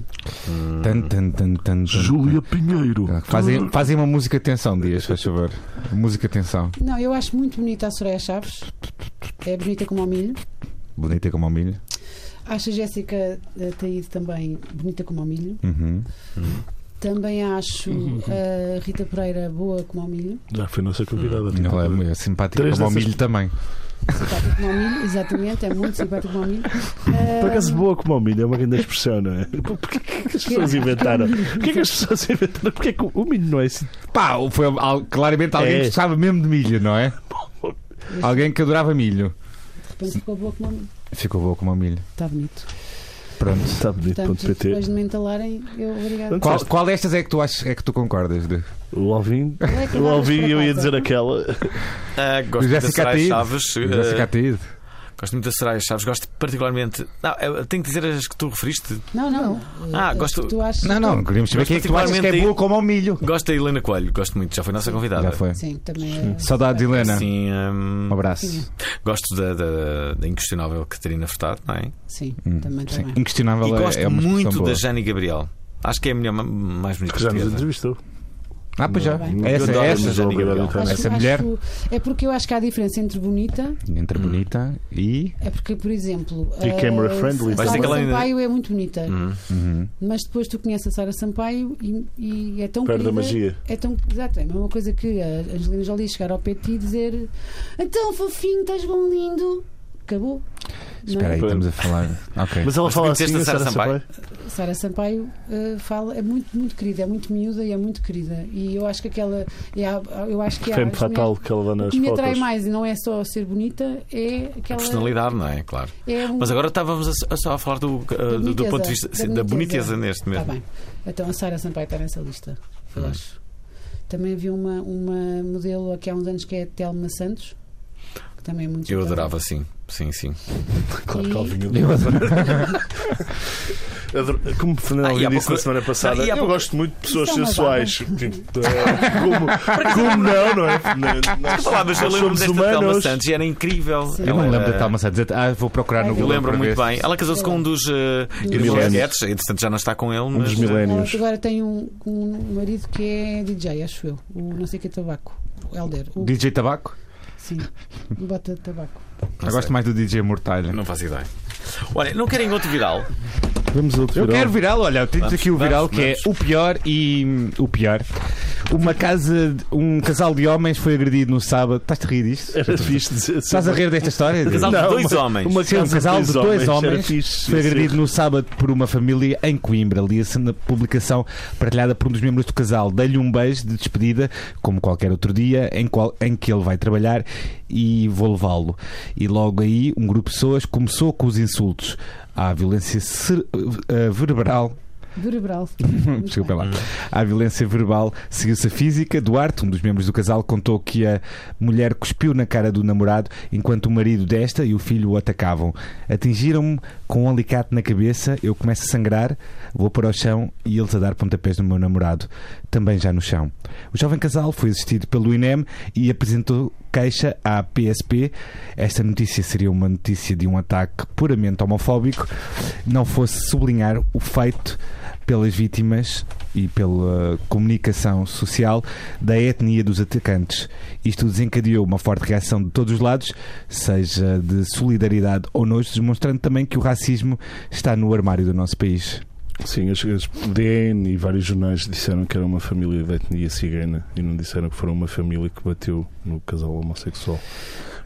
Tan, tan, tan, tan, tan. Júlia Pinheiro. Tipo, Fazem, fazem uma música atenção, Dias, faz favor. Música atenção. Não, eu acho muito bonita a Soraya Chaves. É bonita como ao milho. Bonita como o milho. Acho a Jéssica ah, Taíde também bonita como ao milho. Uhum. Também acho a Rita Pereira boa como ao milho. Já foi nossa convidada. Ela é muito simpática Uhum. Três como o dessas- milho também. Simpática como ao milho, exatamente. É muito simpática como ao milho. Por acaso Ah, boa como o milho, é uma grande expressão, não é? Porquê que as pessoas inventaram? Porquê que as pessoas inventaram? Porquê que o milho não é assim? Pá, foi al- claramente alguém É. que gostava mesmo de milho, não é? Alguém que adorava milho. de repente ficou boa como ao milho. Ficou boa como o milho. Está bonito. Pronto. Está Portanto, depois bonito.pt de me entalarem, eu obrigado. Qual, qual destas é que tu achas é que tu concordas? De? O Alvin. Qual é que O dá-nos Alvin, para eu ia casa? dizer aquela. Ah, gosto muito da Jéssica Soraya Ataíde. Chaves. eh, Jéssica Ataíde. gosto muito da Soraya Chaves. Gosto particularmente. Não, eu tenho que dizer as que tu referiste. Não, não. Ah, Eh, gosto- Tu achas... Não, não, queríamos saber Mas quem é que tu achas que particularmente- é boa como o milho. Gosto da Helena Coelho. Gosto muito. Já foi nossa convidada. Já foi. Sim, também. é- Saudades, Helena. Sim, hum, Um abraço. Sim. gosto da, da, da inquestionável Catarina Furtado, não é? Sim, Hum, também, sim. também. Inquestionável E é- gosto é uma expressão muito boa. da Jane Gabriel. Acho que é a mulher ma- mais bonita Que já nos portuguesa. entrevistou. Ah, pois já. Bem. Essa, adoro essa. a Jane Gabriel. Acho- Essa mulher- acho- é porque eu acho que há diferença entre bonita, Entre bonita e. é porque, por exemplo, E a- camera friendly. a Mas Sara aquela ainda- Sampaio é muito bonita, Hum. Uhum. mas depois tu conheces a Sara Sampaio e, e é tão Perde a querida, magia. É tão, exato, é a mesma coisa que a Angelina Jolie chegar ao pé de ti e dizer Então, fofinho, estás bom, lindo. Acabou. Não Espera é? aí, estamos a falar. Ok. Mas ela Mas tu fala conheceste assim, a a Sara Sara Sampaio. Sara Sampaio eh, fala, é muito, muito querida, é muito miúda e é muito querida. E eu acho que aquela. é a- eu acho que há- Femme as fatal mulheres- que ela dá O nas que me atrai fotos. mais e não é só ser bonita, é A aquela. personalidade, não é? Claro. É um, Mas agora estávamos a, a só a falar do, ah, do- do, boniteza, ponto de vista da sim, da boniteza. boniteza neste Está mesmo. Hum. bem. Então a Sara Sampaio está nessa lista, eu acho. Também havia uma, uma modelo aqui há uns anos que é a Telma Santos, que também é muito Eu jovem. adorava, sim. Sim, sim. Claro que E- Alvin eu adoro. Como Fernando Ah, e há Alvin disse pouco- na semana passada, Ah, e há eu pouco- gosto muito de pessoas Isso é uma sensuais. Tipo, eh, como, como não, não é? Fernando? Nós Falar, Então mas eu nós lembro Ah, somos desta Thelma humanos. Santos e era incrível. Sim. Eu não Ela me lembro era- da Thelma Santos. Ah, vou procurar no Eh, Eu Eu Google. lembro para muito ver. bem. Ela casou-se com um dos uh, Milénios. irmãos Guedes, entretanto já não está com ele, Um dos mas. eh, milénios. Ela agora tem um, um marido que é DJ, acho eu, o não sei que é tabaco, o Helder. O, DJ Tabaco? sim, bota de tabaco. Não Eu gosto mais do DJ Mortalha. Não faço ideia. Olha, não querem outro viral? Vamos a outro Eu viral. quero viral, olha, temos um- Vamos, aqui o viral vamos, que vamos. é o pior e hum, o pior. Uma casa, de- um casal de homens foi agredido no sábado. Estás-te a rir disto? Era fixe dizer Estás a rir desta história? Casal de Não, dois uma- homens. uma Sim, um casa casal de dois Era homens fixe foi dizer. agredido no sábado por uma família em Coimbra. Lia-se na publicação partilhada por um dos membros do casal. Dei-lhe um beijo de despedida, como qualquer outro dia, em, qual- em que ele vai trabalhar e vou levá-lo. E logo aí, um grupo de pessoas começou com os insultos à violência cer- eh, verbal Verbal. Desculpa Uhum, lá. À violência verbal seguiu-se a física. Duarte, um dos membros do casal, contou que a mulher cuspiu na cara do namorado enquanto o marido desta e o filho o atacavam. Atingiram-me com um alicate na cabeça, eu começo a sangrar, vou para o chão e eles a dar pontapés no meu namorado, também já no chão. O jovem casal foi assistido pelo INEM e apresentou queixa à PSP. Esta notícia seria uma notícia de um ataque puramente homofóbico, não fosse sublinhar o feito pelas vítimas e pela comunicação social da etnia dos atacantes. Isto desencadeou uma forte reação de todos os lados, seja de solidariedade ou nojo, demonstrando também que o racismo está no armário do nosso país. Sim, as, as DN e vários jornais disseram que era uma família de etnia cigana e não disseram que foram uma família que bateu no casal homossexual.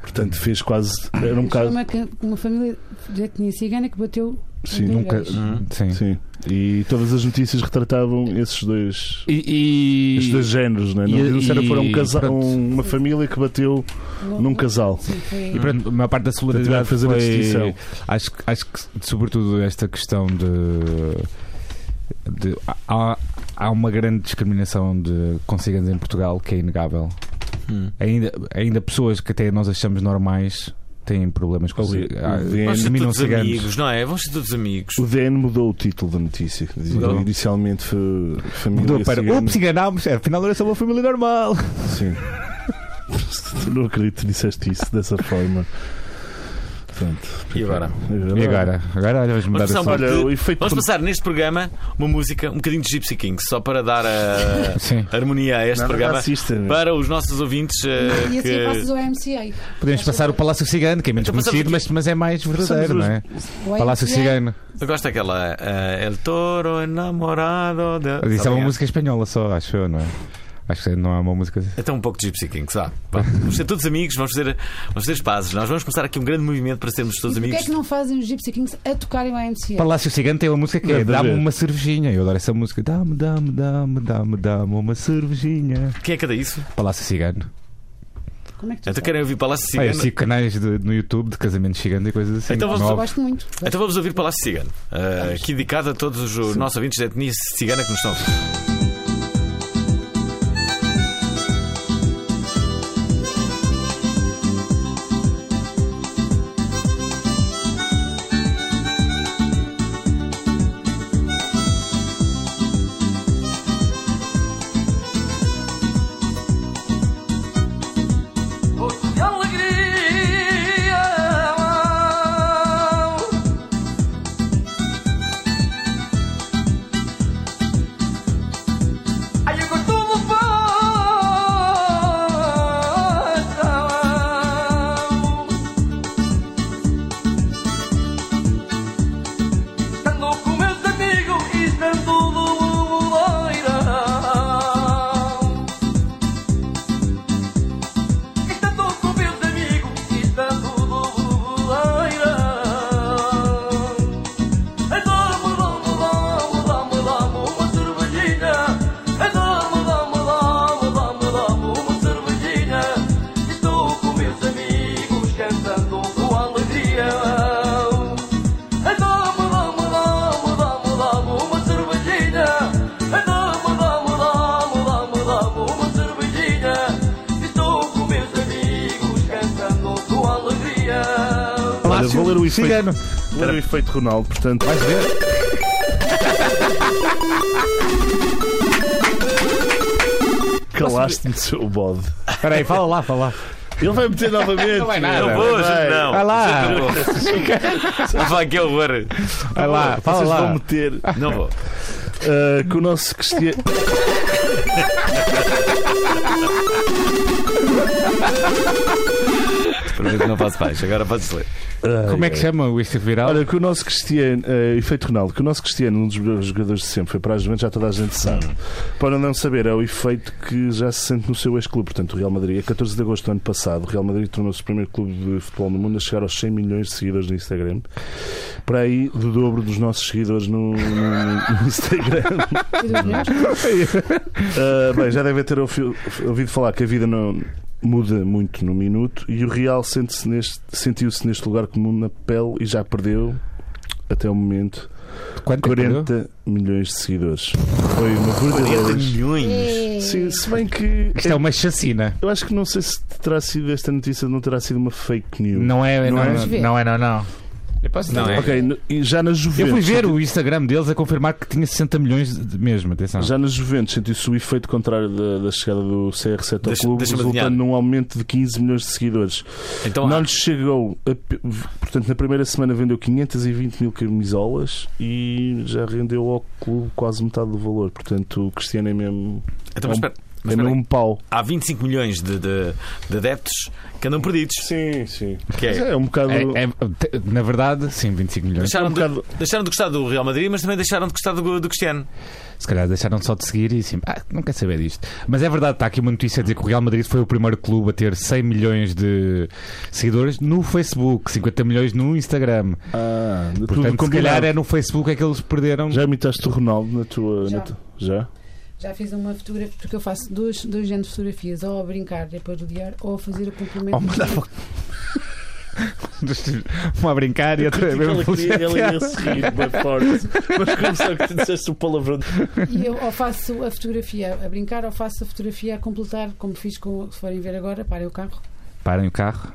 Portanto, fez quase. Era um bocado. Uma, ca- uma família de etnia cigana que bateu. Sim, Não Nunca. vejo. Sim. Uhum. Sim. E todas as notícias retratavam esses dois. E, Estes dois géneros, né? não e- é? Não disseram que foram um e- casal, pronto. um- uma família que bateu uma- num casal. Sim, foi. E pronto, a maior parte da Tiveram solidariedade que fazer a foi- distinção. Acho, que- acho que, sobretudo, esta questão de. de- há, há uma grande discriminação de consigas em Portugal que é inegável. Hum. Ainda, ainda pessoas que até nós achamos normais têm problemas com Ali, cig- o ah, DN Vão ser discriminam todos ciganos. amigos, não é? Vão ser todos amigos. O DN mudou o título da notícia. Dizia Mudou? inicialmente fa- família Mudou para. cigana. Ups, enganámos! é, Afinal era só uma família normal! É Sim. não acredito que disseste isso dessa forma. Portanto, é E agora? E agora? Agora olha, vamos mudar Mas de são- assunto. Olha, o efeito Vamos con- passar neste programa uma música, um bocadinho de Gypsy King, só para dar a Sim, harmonia a este Nada programa. racista, né? Para os nossos ouvintes eh, E assim que- passas ao MCA. podemos passar o Palácio Cigano, que é menos Então passamos conhecido, aqui- mas, mas é mais verdadeiro, Passamos não é? Palácio Cigano. Eu gosto daquela eh, El Toro Enamorado Mas de. Isso é uma Sabe? música espanhola só, acho eu, não é? Acho que não é uma música. Até um pouco de Gypsy King, sabe? Vá, Vamos ser todos amigos, vamos fazer, vamos fazer as pazes. Nós vamos começar aqui um grande movimento para sermos todos E porquê amigos. é que não fazem os Gypsy Kings a tocarem o MCA? Palácio Cigano tem uma música que é Nada a Dá-me ver. uma cervejinha. Eu adoro essa música. Dá-me, dá-me, dá-me, dá-me, dá-me uma cervejinha. Quem é que é isso? Palácio Cigano. Como é que tu Então sabes? querem ouvir Palácio Ah, eu Cigano? sigo canais de- no YouTube de casamentos ciganos e coisas assim. Então vamos- Como Eu é óbvio. gosto muito. Então vamos ouvir Palácio Cigano, eh, aqui dedicado a todos os nossos ouvintes da etnia cigana que nos estão a ouvir. E alegria é Ai, eu gosto do pão Estando com meus amigos e estando do loirão Estando com meus amigos, estando do leirão. Adoro-me, dá-me, dá-me, dá-me, dá-me uma cervejinha. E Adoro-me, dá-me, dá-me, dá-me, dá-me uma cervejinha. Estou com meus amigos, cantando com alegria. E Adoro-me, dá-me, dá-me, dá-me, dá-me uma cervejinha. E Adoro-me, dá-me, dá-me, dá-me, dá-me uma cervejinha. Estou com meus amigos cantando com alegria. Olha, vou ler o efeito, Cigano. vou ler o efeito Ronaldo, portanto. Vais ver? Calaste-me, seu bode. Espera aí, fala lá, fala lá. Ele vai meter novamente. Não vai nada. Não Cara, vou, vai. gente, não. Vai Ah, lá. Não vá, que horror. Vai lá, fala Vocês vão lá. meter Não vou. ah, com o nosso Cristiano. Prometo que não faço mais. Agora podes ler. Como é que chama o Insta Viral? Olha, que o nosso Cristiano, eh, efeito Ronaldo, que o nosso Cristiano, um dos melhores jogadores de sempre, foi para a Juventus, já toda a gente sabe. Para não saber, é o efeito que já se sente no seu ex-clube, portanto, o Real Madrid. A 14 de agosto do ano passado, o Real Madrid tornou-se o primeiro clube de futebol no mundo a chegar aos 100 milhões de seguidores no Instagram. Para aí, do dobro dos nossos seguidores no, no- no Instagram. Ah, bem, já devem ter ouvi- ouvido falar que a vida não muda muito num minuto e o Real sente-se neste- sentiu-se neste lugar comum na pele e já perdeu até o momento Quanto é que durou? 40 milhões de seguidores. Foi uma 40 verdadeira. milhões. Sim, se bem que Isto é uma chacina. eu acho que não sei se terá sido esta notícia não terá sido uma fake news. Não é, não, Não é, vamos ver. não é, não, não. Eu, posso Não é. Ok, no- e já na Eu Juventus. fui ver o Instagram deles a confirmar que tinha 60 milhões de mesmo, atenção. Já na Juventus sentiu-se o efeito contrário da, da chegada do CR7 ao Deixa- clube, deixa-me resultando adivinhar. num aumento de 15 milhões de seguidores. Então, não há- lhes chegou. a pe- v- portanto, na primeira semana vendeu 520 mil camisolas e já rendeu ao clube quase metade do valor. Portanto, o Cristiano é mesmo, então mas espera. Mas é espera mesmo aí. um pau. Há 25 milhões de, de- de adeptos que andam perdidos. Sim, sim. Que é- É, um bocado. É- é- te- na verdade, sim, 25 milhões. Deixaram, um de, bocado- deixaram de gostar do Real Madrid, mas também deixaram de gostar do, do Cristiano. Se calhar deixaram só de seguir e assim, ah, não quer saber disto. Mas é verdade, está aqui uma notícia a dizer que o Real Madrid foi o primeiro clube a ter 100 milhões de seguidores no Facebook, 50 milhões no Instagram. Ah, de tudo Portanto, se combinado. calhar é no Facebook é que eles perderam. Já imitaste o Ronaldo na tua. Já. na tua- Já? Já fiz uma fotografia, porque eu faço dois, dois géneros de fotografias, ou a brincar e a parodiar, ou a fazer a complemento. Oh, manda Uma a brincar e outra mesmo pelo GTA. rir bem forte. Mas como só que tu disseste o palavrão? E eu ou faço a fotografia a brincar, ou faço a fotografia a completar, como fiz com, se forem ver agora, parem o carro, Parem o carro.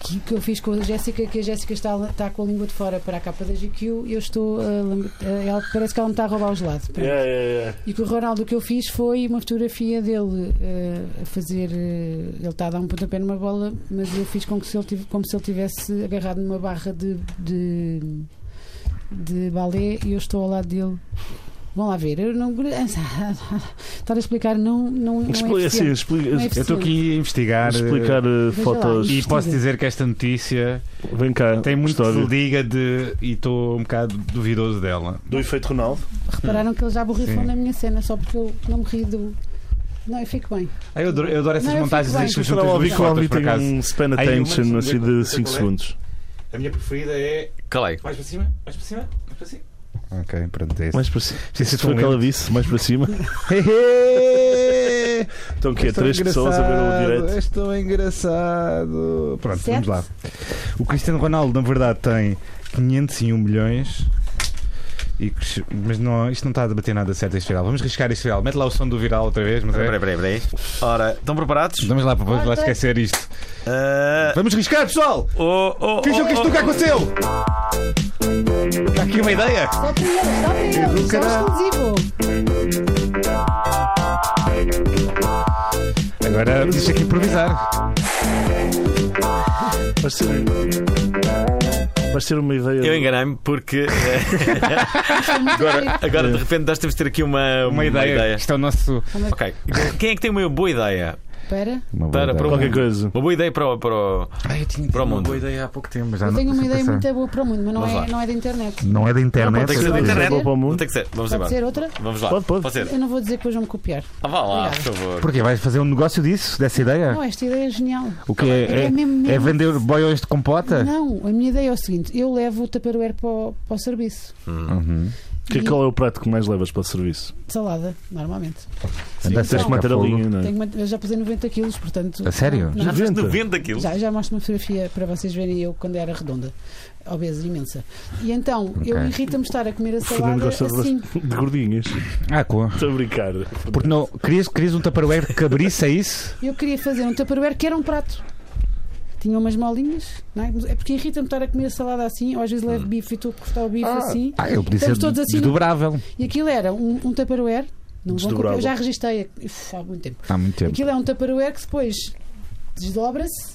que, que eu fiz com a Jéssica, que a Jéssica está, a- está com a língua de fora para a capa da GQ, e eu estou a lam- a- ela, parece que ela me está a roubar os lados. É, Pronto. E com o Ronaldo o que eu fiz foi uma fotografia dele eh, a fazer. eh, ele está a dar um pontapé numa bola, mas eu fiz com que se ele tive- como se ele tivesse agarrado numa barra de, de, de balé e eu estou ao lado dele. Vão lá ver, eu não. Estar a explicar não, não, não é. Explica, sim, eficiente. explica. Não é Eu estou aqui a investigar. eh, Explicar eh, Veja lá. fotos. E posso Investiga. dizer que esta notícia Vem cá. tem muito que história. se liga de. e estou um bocado duvidoso dela. Do efeito Ronaldo. Repararam que ele já borrifou Sim. na minha cena só porque eu não me ri do. Não, eu fico bem. Ah, eu, adoro, eu adoro essas Não, eu montagens fico aí que bem. Deixa eu juntas duas falar fotos, Alvi por tem acaso. um span Aí, attention uma- assim de 5 Qual é? segundos. A minha preferida é. Calei. Mais para cima? Mais para cima? Mais para cima? Ok, pronto, é isso. Mais para cima. Preciso Isso foi o que ela disse, mais para cima. Estão É aqui três pessoas a ver o direto. Estou é engraçado. Pronto, Sete? vamos lá. O Cristiano Ronaldo, na verdade, tem 501 milhões. E que- mas não, isto não está a debater nada certo este viral. Vamos riscar este viral. Mete lá o som do viral outra vez. Mas é- Peraí, peraí, peraí. Ora, estão preparados? Vamos lá, vamos lá Ah, tá. esquecer isto. Ah, Vamos riscar, pessoal! oh, oh, Fijam que isto nunca aconteceu! Está aqui uma ideia? Só para ele, só para ele, só exclusivo. Agora deixa aqui improvisar. Vai ser, vai ser uma ideia. Eu enganei-me porque eh, agora, agora de repente nós temos de ter aqui uma, Uma ideia. Isto é o nosso. Ok. Quem é que tem uma boa ideia? Espera. Para, para Qualquer um- coisa. Uma boa ideia para, o- para, o- eu tinha para o uma mundo. boa ideia há pouco tempo. mas já Eu não- tenho uma deixa ideia pensar. muito boa para o mundo, mas não, Vamos é, lá. não é da internet. Não é da Não internet. tem que ser da Pode internet. ser? Não tem que ser. Vamos Pode embora. ser outra? Vamos lá. Pode, pode. ser. Eu não vou dizer que depois vão me copiar. Ah, vá lá, por Obrigada. favor. Porquê? Vais fazer um negócio disso? Dessa ideia? Não, esta ideia é genial. O que é? É É, mesmo, é mesmo. vender boiões de compota? Não, a minha ideia é o seguinte: eu levo o Tupperware para o, para o serviço. Uhum. Que, E qual é o prato que mais levas para o serviço? Salada, normalmente. Andaste Tens que manter a fogo. linha, não é? Tenho uma- eu já pesei 90 quilos, portanto. A sério? não- Já fez 90. 90 quilos. Já, já mostro uma fotografia para vocês verem eu quando era redonda, obesa, imensa. E então, eu Ok. irrita-me estar a comer a Fernando salada gosta assim. de, de gordinhas. Ah, com. Estou a brincar. Porque não. Querias, querias um Tupperware que abrisse a isso? Eu queria fazer um Tupperware que era um prato. Tinha umas molinhas, não é? Mas É porque irrita-me estar a comer a salada assim, ou às vezes Hum. levo bife e estou a cortar o bife assim. Ah, eu podia ser Estamos todos assim. desdobrável. E aquilo era um, um Tupperware. Não vão copiar, Desdobrável. eu já registrei uf, há muito tempo. Há muito tempo. Aquilo é um Tupperware que depois desdobra-se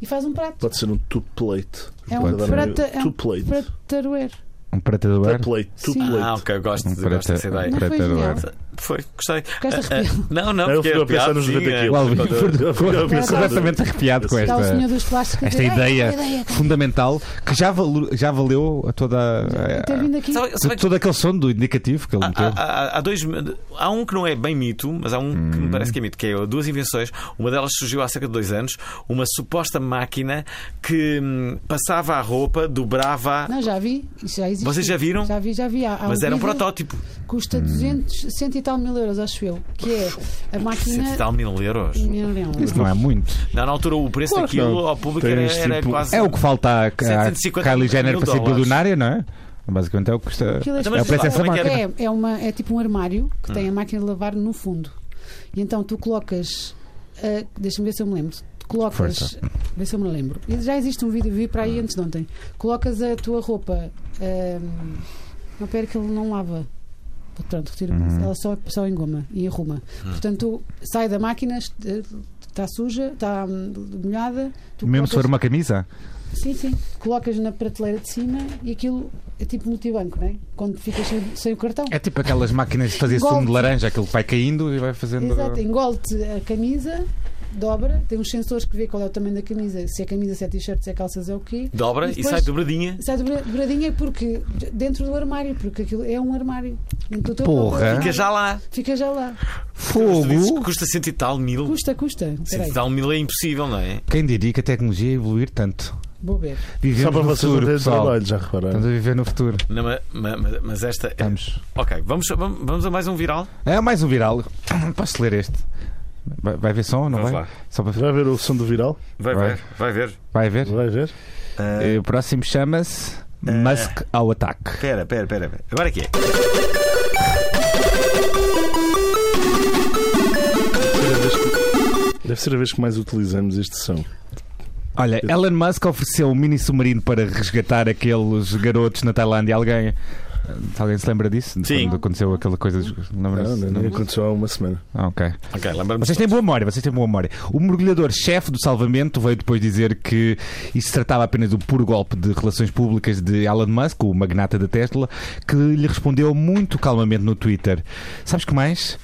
e faz um prato. Pode ser um two plate. É um Pode dar prata- é um Two plate. Tupperware. Um prata do ar. Two plate. Two Sim. plate. Ah, ok, gosto, Um gosto dessa prata, um ideia. Não foi prata do ar. genial. Foi, gostei. Ficaste Ah, ah, arrepiado. não, não, Eu porque fico a pensar piada, nos sim, é- 90 O quilos. Alvin Eu fico a ficou pensar nos- completamente arrepiado com Está o esta. senhor dos plásticos. a Esta dizer, "Ai, ideia que fundamental que já, valu- já valeu a toda Eu ter a, vindo aqui. Sabe- sabe é que- Ah, todo aquele som do indicativo que ele Há, meteu. há- há- há dois. Há um que não é bem mito, mas há um que Uhum. me parece que é mito, que é duas invenções. Uma delas surgiu há cerca de dois anos, uma suposta máquina que hum, passava a roupa, dobrava. Não, já vi. Isso já existe. Vocês já viram? Já vi, já vi. Há, há Mas era um vídeo, protótipo. Custa 200, cento e tal mil euros, acho eu. Que é a máquina. Cento Hum. e tal mil euros. Mil euros. Isso não é muito. Não, na altura o preço Claro que daquilo não. ao público Tem era, este era tipo- quase. É o que falta a, a 750 Kylie Jenner mil para ser dólares. bilionária, não é? Basicamente é o que custa. Aquilo Então, mas É o preço espetacular. dessa como é que é, é, uma, é tipo um armário que tem a máquina de lavar no fundo. E então tu colocas. ah, Deixa-me ver se eu me lembro. Tu colocas. Força. Vê se eu me lembro. E Já existe um vídeo, vi para aí antes de ontem. Colocas a tua roupa. ahm, não pera que ele não lava. Pronto, retira Ela só, só engoma e arruma. Portanto, tu sai da máquina, está suja, está hum, molhada. Tu Mesmo se colocas- for uma camisa. Sim, sim. Colocas na prateleira de cima e aquilo é tipo multibanco, não é? Quando ficas sem, sem o cartão. É tipo aquelas máquinas de fazer Golpe. sumo de laranja, aquilo que vai caindo e vai fazendo. Exato. Engole-te a camisa, dobra, tem uns sensores que vê qual é o tamanho da camisa, se é camisa, se é t-shirt, se é calças, é o quê. Dobra e, depois sai dobradinha. Sai dobra- dobradinha é porque dentro do armário, porque aquilo é um armário. Dentro do teu Porra. próprio armário. Fica é já lá. Fica já lá. Tu dizes que Fogo! Custa cento e tal mil. Custa, custa. Cento Peraí, e tal mil é impossível, não é? Quem diria que a tecnologia ia evoluir tanto? vou ver. Vivemos Só para no vocês não futuro, terem pessoal. trabalho, já repararam. Estamos a viver no futuro. Não, ma- ma- ma- mas, esta. é- Estamos. Ok, vamos, vamos vamos a mais um viral? É mais um viral. Posso ler este? Vai, vai ver som, não Vamos vai? lá. Só para... Vai ver o som do viral? Vai Vai. ver, vai ver. Vai ver? Vai ver? É. Eh, O próximo chama-se Musk ao ataque. Espera, espera, espera. Agora é que é. Deve ser a vez que- Deve ser a vez que mais utilizamos este som. Olha, Elon Musk ofereceu um mini submarino para resgatar aqueles garotos na Tailândia. Alguém. Alguém se lembra disso? De Sim. Quando aconteceu aquela coisa dos. Não, lembra-se? Ah, não, não aconteceu há uma semana. Ah, ok. Ok, lembramos. Vocês têm boa memória, vocês têm boa memória. O mergulhador-chefe do salvamento veio depois dizer que isso se tratava apenas do puro golpe de relações públicas de Elon Musk, o magnata da Tesla, que lhe respondeu muito calmamente no Twitter. Sabes que mais?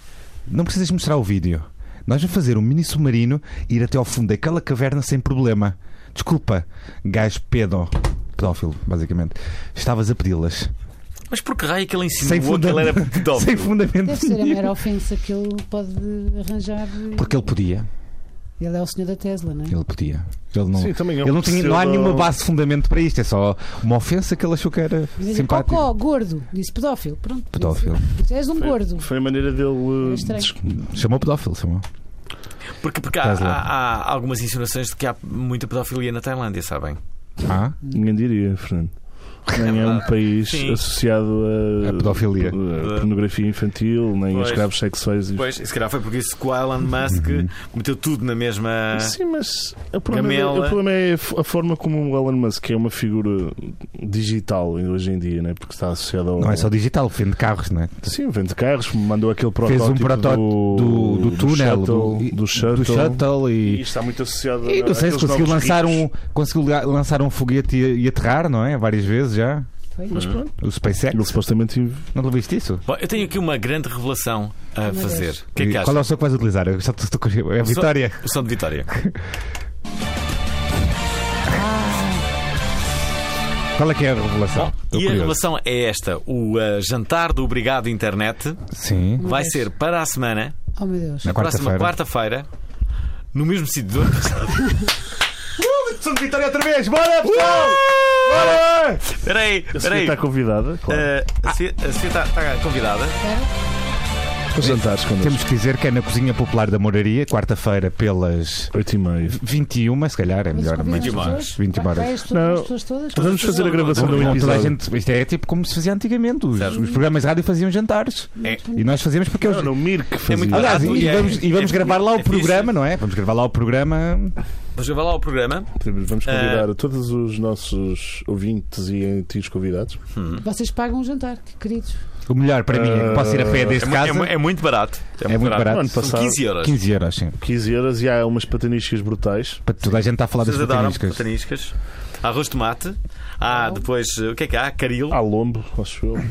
Não precisas mostrar o vídeo. Nós vamos fazer um mini submarino e ir até ao fundo daquela caverna sem problema. Desculpa, gajo pedo. Pedófilo, basicamente. Estavas a pedi-las. Mas por que raio é que ele Sem, insinuou que funda... ele era pedófilo? sem fundamento. Deve ser a nenhum. mera ofensa que ele pode arranjar. Porque ele podia. Ele é o senhor da Tesla, não é? Ele podia. Ele não, Sim, também é um ele não, tinha, não há pseudo- nenhuma base de fundamento para isto. É só uma ofensa que ele achou que era Mas é simpático. Cocó, gordo, disse pedófilo. Pronto. Pedófilo. Disse, És um gordo. Foi a maneira dele. uh, É estranho. des- Chamou pedófilo, chamou. Porque, porque há, Estás lá. há- há algumas insinuações de que há muita pedofilia na Tailândia, sabem? Ah, Ninguém diria, Fernando. Nem é um país Sim. associado a, A pedofilia. a pornografia infantil, nem a Pois. escravos sexuais. e- Pois, e se calhar foi por isso que o Elon Musk Uhum. meteu tudo na mesma. Sim, mas o problema, é, é. Gamela. o problema é a f- a forma como o Elon Musk, que é uma figura digital hoje em dia, né? porque está associado ao. não é só digital, vende carros, não é? Sim, vende carros, mandou aquele Fez protótipo, um protótipo do, do túnel, do, shuttle, do shuttle. shuttle E e. está muito associado E não sei se àqueles conseguiu novos lançar, ricos. um, conseguiu la- lançar um foguete e, e aterrar, não é? Várias vezes já. Foi. Uhum. Mas pronto, O SpaceX. ele supostamente Não viste isso? Bom, eu tenho aqui uma grande revelação a Meu fazer. Deus. O que é que E Qual é achas? o som que vais utilizar? Eu já estou curioso. É a som- Vitória. O som de Vitória. Qual é que é a revelação? Bom, Estou e a curioso. revelação é esta: o ah, jantar do Obrigado Internet Sim. vai Mas- ser para a semana, Oh meu Deus. Na próxima quarta-feira. quarta-feira, no mesmo sítio do ano passado. São de Vitória outra vez! Bora, pessoal! Espera aí, espera aí. está convidada, claro, Ah, a Sofia a Sofia está está convidada. para jantares connosco. Temos que dizer que é na Cozinha Popular da Moraria, quarta-feira, pelas 8 e meia. 21, se calhar é melhor. Mas mas- convidam as mais, pessoas? 20 Vai- vai horas. as pessoas- Não. as pessoas todas? Vamos fazer a gravação de um Não, toda a episódio. gente, isto é tipo como se fazia antigamente. Os, Certo. os programas de rádio faziam jantares. É. E nós fazíamos porque Não, eles- não, Mir que É muito fazia. Aliás, barato e é- vamos, e vamos é- gravar lá é o fixe. programa, não é? Vamos gravar lá o programa. Mas vai lá ao programa. Vamos convidar todos os nossos ouvintes e antigos convidados. Vocês pagam um jantar, que queridos. O melhor para mim é que posso ir a pé É, desde mu- é mu- casa. é muito barato. É muito barato. ano São passado, 15 euros. 15 euros, sim. 15 euros e há umas pataniscas brutais. Para toda a gente está a falar das Vocês adoram pataniscas. Ah, Ah, pataniscas. Há arroz de tomate. Há depois, eh, o que é que há? Caril. Há lombo, acho eu.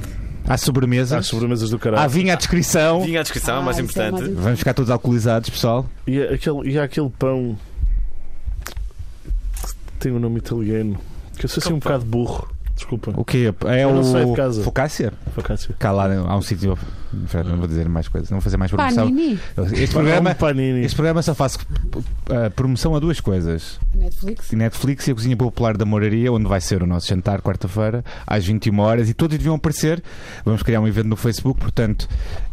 Há sobremesas. Há sobremesas do caralho. Há vinho à descrição. Vinha à descrição, é Ah, mais isso é importante. mais- Vamos ficar todos alcoolizados, pessoal. E, há aquele, e há aquele pão que tem um nome italiano. Que eu sei ser um Qual bocado burro. Desculpa, O quê? É Eu o. não saio de casa. Focácia? Facácio. Cá lá, há um sítio. Fred, Não vou dizer mais coisas, não vou fazer mais promoção. Panini, Este Um programa, panini. este programa só faço uh, promoção a duas coisas: Netflix. Netflix e a Cozinha Popular da Moraria, onde vai ser o nosso jantar quarta-feira, às 21 horas, e todos deviam aparecer. Vamos criar um evento no Facebook, portanto,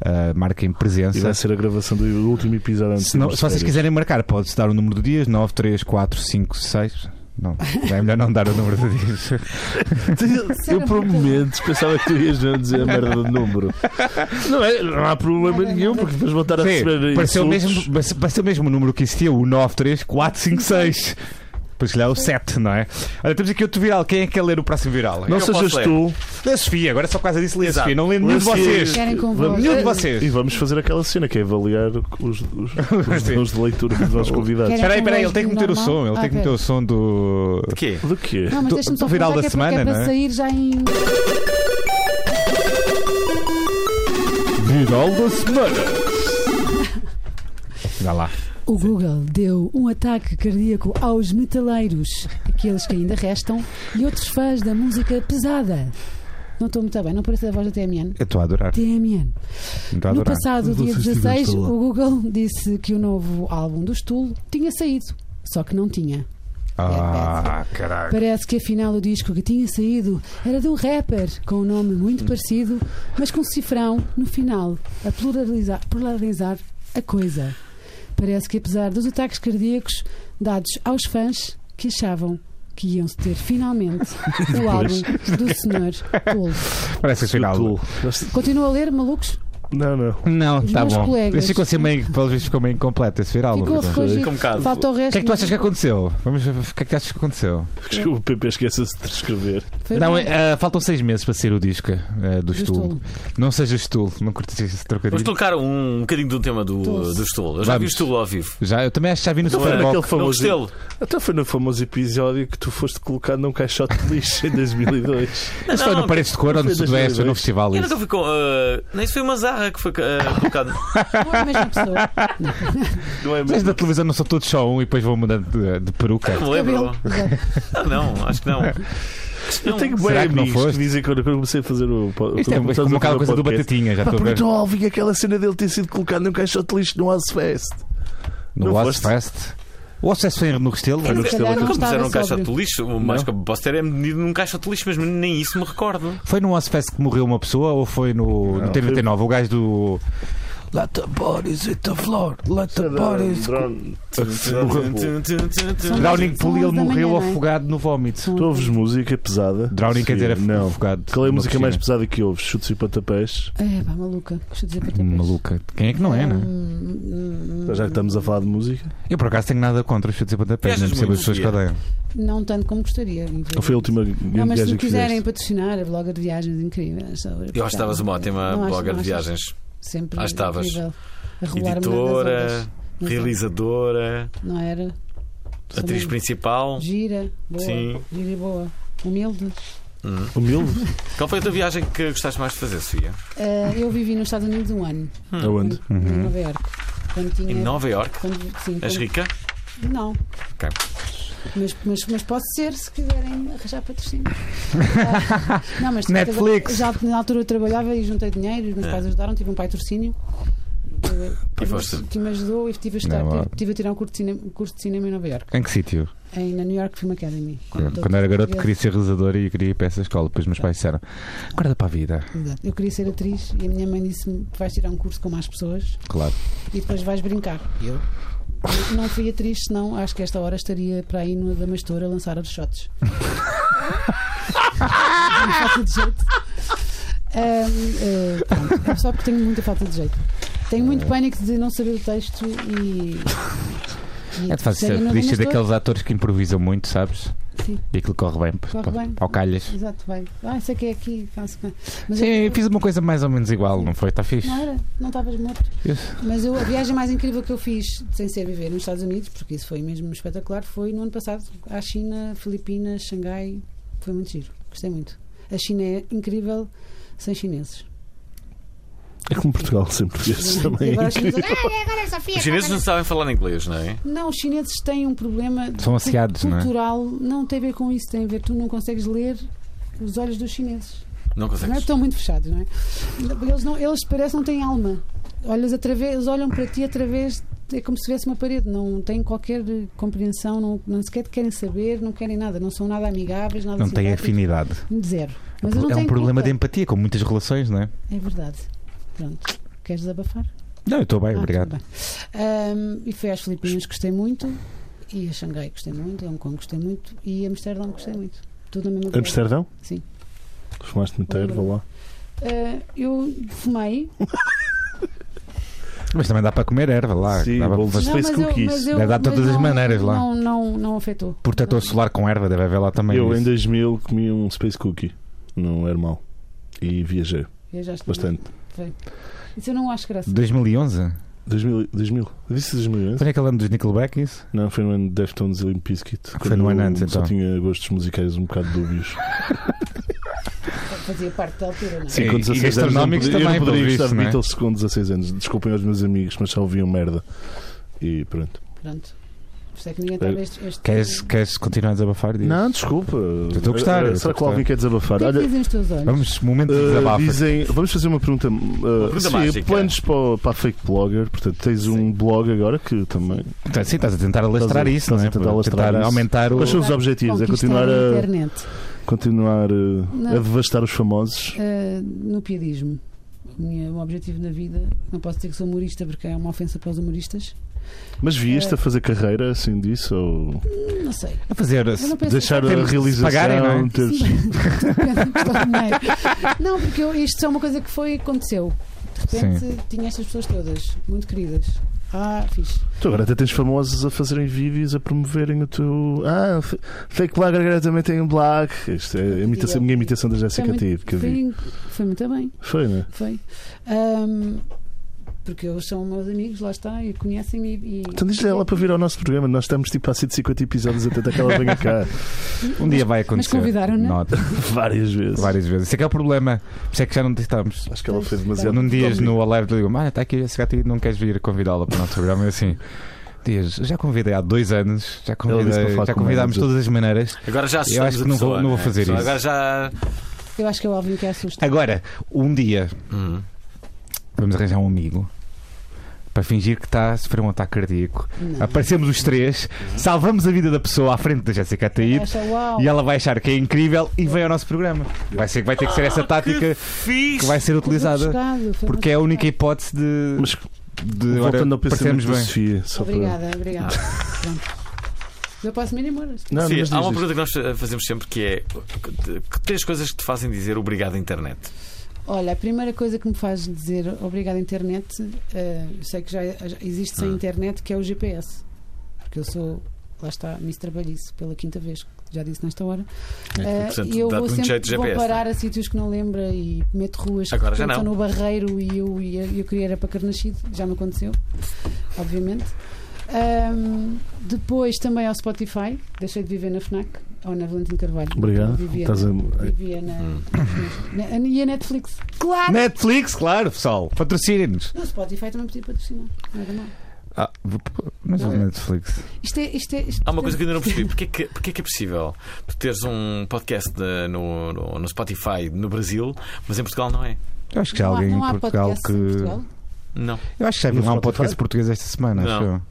uh, marquem E vai presença. ser um a gravação do último episódio antes Se, não- de se vocês férias. quiserem marcar, pode-se dar o número do dias: 9, 3, 4, 5, 6. Não, já é melhor não dar o número do dias. Eu por momentos pensava que tu ias mesmo dizer a merda de número. Não, é, não há problema Nada, nenhum, nada. porque depois vão estar a receber pareceu, insultos. mesmo, parece- pareceu mesmo o número que existia, o 93456. Pois calhar o 7, não é? Olha, temos aqui outro viral. Quem é que quer ler o próximo viral? Não Eu sejas posso ler. tu. Lê a Sofia, agora só por causa disso lê a Exato. Sofia. Não lê nenhum de Lê a Sofia. vocês. Querem com Vamos- voz. Nenhum de E vocês. vamos fazer aquela cena que é avaliar os, os, os Sim. dons de leitura dos nossos convidados. Querem Espera aí, com espera aí, voz ele tem que de meter o normal? som. Ele tem que Ah, meter ok. o som do. De quê? Do quê? Não, mas Do- deixa-me só do viral falar da que é porque semana, é não para é? sair já em. Viral da semana. Vá lá. O Google deu um ataque cardíaco aos metaleiros, aqueles que ainda restam, e outros fãs da música pesada. Não estou muito bem, não parece a voz da TMN. Eu estou a adorar. TMN. Estou a No adorar. passado dia Vocês tiveram 16, o lá. Google disse que o novo álbum do Stulo tinha saído, só que não tinha. é, Ah, caralho. Parece que afinal o disco que tinha saído era de um rapper com um nome Hum. muito parecido, mas com um cifrão no final, a pluralizar, pluralizar a coisa. Parece que apesar dos ataques cardíacos dados aos fãs que achavam que iam ter finalmente o álbum do senhor Wolf. Parece que foi algo. Tu. Nós- Continua a ler, malucos? Não, não. Não, Os tá meus bom. colegas. Esse ficou assim meio, pelos vistos, ficou meio incompleto esse viral. Ficou, ficou giro. Com um bocado. Falta o resto. O que é que tu achas que aconteceu? Vamos ver o que é que tu achas que aconteceu. Acho que o PP esquece-se de escrever. Foi Não, bom. eh, faltam seis meses para sair o disco eh, do Do Stulo. Stulo. Não seja Stulo, não curtes esse Vamos trocadilho. colocar um, um bocadinho do tema do, Doce. do Stulo. Eu já vi o Vamos. Stulo ao vivo. Já, eu também acho que já vi no Então foi Super naquele Bowl. Não famoso. gostei-lo. Até foi no famoso episódio que tu foste colocado num caixote de lixo em 2002. Mas foi Não, no Paredes de Cor ou no foi dois Sudoeste, foi no dois. festival Eu isso. nunca fui com. ah, nem isso foi uma zarra que foi ah, colocado. Foi a mesma pessoa. Não é Mas mesmo? da televisão não são todos só um e depois vão mudando de, de peruca. Não me lembro. Cabelo. Exato. Ah, não, acho que não. Eu tenho bem Então, Será que não amigos que, foste? dizem que quando eu comecei a fazer o. po- Isto é quando começámos como a fazer aquela o coisa do é? podcast, Batatinha, já Pá, estou a ver. pronto, óbvio aquela cena dele ter sido colocado num caixote de lixo no Ozfest. No Não Was foste? Fest. O Ozfest foi no Restelo? Eu não se gostei daquilo. calhar não Como estava fizeram um caixote sóbrio. de lixo, o mais que eu posso ter é medido num caixote de lixo, mas nem isso me recordo. Foi no Ozfest que morreu uma pessoa ou foi no, no T99? O gajo do. Let the bodies hit the floor. Let the bodies. Drowning Pool ele onze da morreu manhã, não é? afogado no vómito. São Tu ouves música pesada? Drowning quer dizer Sim, Não. afogado. Qual é a numa música mais piscina. pesada que ouves? Chutes e pontapés? É, pá, maluca. Deixa eu dizer para ti. Maluca. Quem é que não é, né? Hum, Então, Já que estamos a falar de música. Eu por acaso tenho nada contra os chutes e pontapés, não Viajas percebo as muito, pessoas que Sofia. odeiam. Não tanto como gostaria. infelizmente. Ou foi a última grande Não, mas se viagem me que quiserem fizeste? patrocinar a blogger de viagens incríveis. Eu acho que estavas uma ótima Não acho, blogger não de acho. viagens. Sempre Ah, estavas. incrível. A rolar-me Editora, nas ondas. realizadora, Não era? Sou atriz mesmo. principal. Gira, boa. Sim. Gira e boa. Humilde. Hum. Humilde? Qual foi a tua viagem que gostaste mais de fazer, Sofia? Ah, eu vivi nos Estados Unidos um ano. Aonde? Em Uhum. Nova Iorque. Quando tinha. Em Nova Iorque? Quando, sim, És quando- rica? Não. Ok. Mas, mas, mas posso ser, se quiserem arranjar patrocínio. Ah, não, mas de certeza- Netflix. Já na altura eu trabalhava e juntei dinheiro, os meus É. pais ajudaram, tive um patrocínio. E foste? Que me ajudou e estive a estudar. Não, tive, tive a tirar um curso de cinema, curso de cinema em Nova York, Em que sítio? em, na New York Film Academy. Quando, quando era garoto queria ser realizador e queria ir para essa escola. Depois meus pais disseram: Guarda para a vida. Exato. Eu queria ser atriz e a minha mãe disse-me: vais tirar um curso com mais pessoas Claro. e depois vais brincar. E eu? eu Não fui atriz, senão acho que esta hora estaria para aí no Damastor a lançar os shots. Tenho falta de jeito. Ahm, eh, pronto. É só porque tenho muita falta de jeito. Tenho Eh. muito pânico de não saber o texto e. e É de fácil sair ser. no Podias ser Damastor. daqueles atores que improvisam muito, sabes? Sim. E aquilo corre bem. Corre bem. Ao calhas. Exato, vai. Ah, sei que é aqui. faço- Mas Sim, eu- eu fiz uma coisa mais ou menos igual, não foi? Está fixe. Não é? era, não estavas morto. Eu- Mas eu- a viagem mais incrível que eu fiz, sem ser viver nos Estados Unidos, porque isso foi mesmo espetacular, foi no ano passado à China, Filipinas, Xangai. Foi muito giro, gostei muito. A China é incrível, sem chineses. É como Portugal sempre fez E também. é agora os chineses- Os chineses não sabem falar inglês, não é? Não, os chineses têm um problema São cu- assiados, não é? cultural, não, tem a ver com isso, tem a ver tu não consegues ler os olhos dos chineses. Não Não é? consegues. Estão muito fechados, não é? Eles, não, eles parecem não têm alma. Olhas através, eles olham para ti através, de- é como se tivesse uma parede, não têm qualquer eh, compreensão, não, não sequer te querem saber, não querem nada, não são nada amigáveis, nada Não tem simpáticos, afinidade. Zero. É um Mas eu pro- não é um tenho problema de culpa. empatia, como muitas relações, não é? É verdade. Pronto. Queres desabafar? Não, eu estou bem, Ah, É, obrigado. tudo bem. Ahm, e foi às Filipinas que gostei muito, e a Xangai gostei muito, a Hong Kong gostei muito, e a Amsterdão gostei muito. Tudo na mesma viagem. Amsterdão? Sim. Fumaste muita erva lá. Ah, eu fumei. Mas também dá para comer erva lá. Sim, dá para bolos fazer- Mas Não, fez mas eu- cookies. mas eu- Deve dar mas todas as não- maneiras lá. Não, não, não afetou. Protetor Não. solar com erva, deve haver lá também. eu, isso. em 2000, comi um Space Cookie. Não era mau. E viajei Viajaste bastante. muito. Isso eu não acho graça. 2011? 2000. 2000. Eu Disse é 2011? Foi aquele ano dos Nickelback, isso? Não, foi no ano de Deftones e Limp Bizkit. Foi Quando no ano eu antes, Só então. tinha gostos musicais um bocado dúbios. Fazia parte da altura, não é? E- com e 16 anos não gastronómicos podia- eu também, não poderia pelo gostar visto, de não é? Beatles com 16 anos. Desculpem aos meus amigos, mas só ouviam merda. E pronto. Pronto. Por isso é que ninguém estava este. este... Queres, queres continuar a desabafar? disso? Não, desculpa. estou a gostar, Eh, eu eh, estou Será a que gostar. alguém quer desabafar? O que é que Olha, dizem os teus olhos? Vamos, momento de Uh, desabafo. dizem, vamos fazer uma pergunta, uh, pergunta sim, mágica. planos para, o- para a fake blogger, portanto tens um blog agora que também. Portanto, Então, Sim, estás a tentar Estás alastrar a- isso, não é? estás a tentar alastrar isso. aumentar o. Quais são os objetivos? É Conquistar continuar a a, internet. continuar uh, Não. a devastar os famosos. Uh, no piadismo. O minha- o meu objetivo na vida, não posso dizer que sou humorista porque é uma ofensa para os humoristas. Mas vieste a fazer carreira assim disso? Ou Não sei. A fazer. Eu não penso deixar que- a Temos de se realização? pagarem, não é? teres- Não, porque eu- isto é uma coisa que foi aconteceu. De repente tinha estas pessoas todas, muito queridas. Ah, fixe. Tu agora até tens famosos a fazerem vídeos, a promoverem o teu. Ah, f- fake blogger agora também tem um blog. Isto é a, imitação, a minha imitação da Foi Jéssica muito- Tive que eu vi. foi, foi muito bem, Foi, né? foi. Ahm, porque eles são meus amigos, lá está, e conhecem-me e. e- Então diz-lhe ela para vir ao nosso programa. Nós estamos tipo há 150 episódios até que ela venha cá. Um dia vai acontecer. convidaram-na? Nota, Várias vezes. várias vezes. Isso é que é o problema. Por isso é que já não estamos. Acho que ela foi demasiado. Num dias domínio. no Alive digo, olha, está aqui esse gato e não queres vir convidá-la para o nosso programa. Eu assim, Dias, já convidei há dois anos, já, convidei- disse para falar já com o convidámos de manager. todas as maneiras. Agora já assustamos acho que a não vou- pessoa, não vou é? fazer Só isso. Agora já. Eu acho que é o Alvin que assusta. Agora, um dia Hum. vamos arranjar um amigo para fingir que está a sofrer um ataque cardíaco. Não. Aparecemos os três, salvamos a vida da pessoa à frente da Jéssica Ataíde Acha, uau. e ela vai achar que é incrível e vem ao nosso programa. Vai, ser, vai ter que ser Ah, essa tática Fiz! que vai ser utilizada. Chocado, foi Porque muito é a única chocado. hipótese de, Mas de voltando ao parecermos pensamento da bem. Sofia, só para. Obrigada, obrigada. Pronto. Eu posso me ir embora. Não, Sim, mas há diz uma isto. pergunta que nós eh, fazemos sempre que é que- que três coisas que te fazem dizer obrigado à internet. Olha, a primeira coisa que me faz dizer obrigado à internet, eh, eu sei que já, já existe Ah. sem internet, que é o GPS. Porque eu sou, lá está, Miss Trabalhice, pela quinta vez, que já disse nesta hora. Eh, É, portanto, e eu dá-te vou muito sempre jeito o GPS, é? vou parar a sítios que não lembra e meto ruas que Agora já estão não. no barreiro e eu, e eu, eu queria era para Carnaxide, já me aconteceu, obviamente. Ahm, depois também ao Spotify, deixei de viver na FNAC, ou na Valentim Carvalho. Obrigado. Vivia Estás na- a- Vivia na, Hum. na- na- e a Netflix. Claro! Netflix, claro, pessoal. Patrocinem-nos. No Spotify também podia patrocinar. Não era mal. Ah, mas o Netflix. Isto é. Isto é isto Há uma coisa que eu ainda não percebi. Porquê que, porquê que é possível tu teres um podcast eh, no, no, no Spotify no Brasil, mas em Portugal não é? Eu acho que já Não há- alguém em não há Portugal podcasts que. em Portugal? Não, Eu acho que já vi No lá um Spotify? podcast português esta semana, Não. acho eu.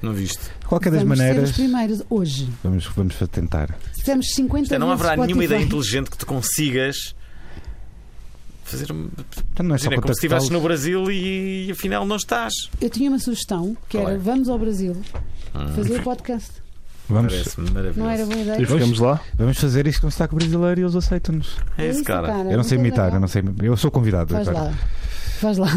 não viste. De qualquer das Vamos ser maneiras, os primeiros hoje. vamos, vamos tentar. Fizemos 50 Isto é, não vezes haverá nenhuma Spotify. ideia inteligente que tu consigas fazer. um- Então não é só Imagina, é como se estivesse no contactá-los. Brasil e, afinal não estás. Eu tinha uma sugestão que Qual era é? vamos ao Brasil Hum. fazer o podcast. Vamos, Parece-me maravilhoso. Não era boa ideia. E ficamos lá. vamos fazer isto com sotaque brasileiro e eles aceitam-nos. É esse cara. Eu não sei muito imitar, eu legal. não sei. Eu sou convidado Faz agora. lá. Faz lá.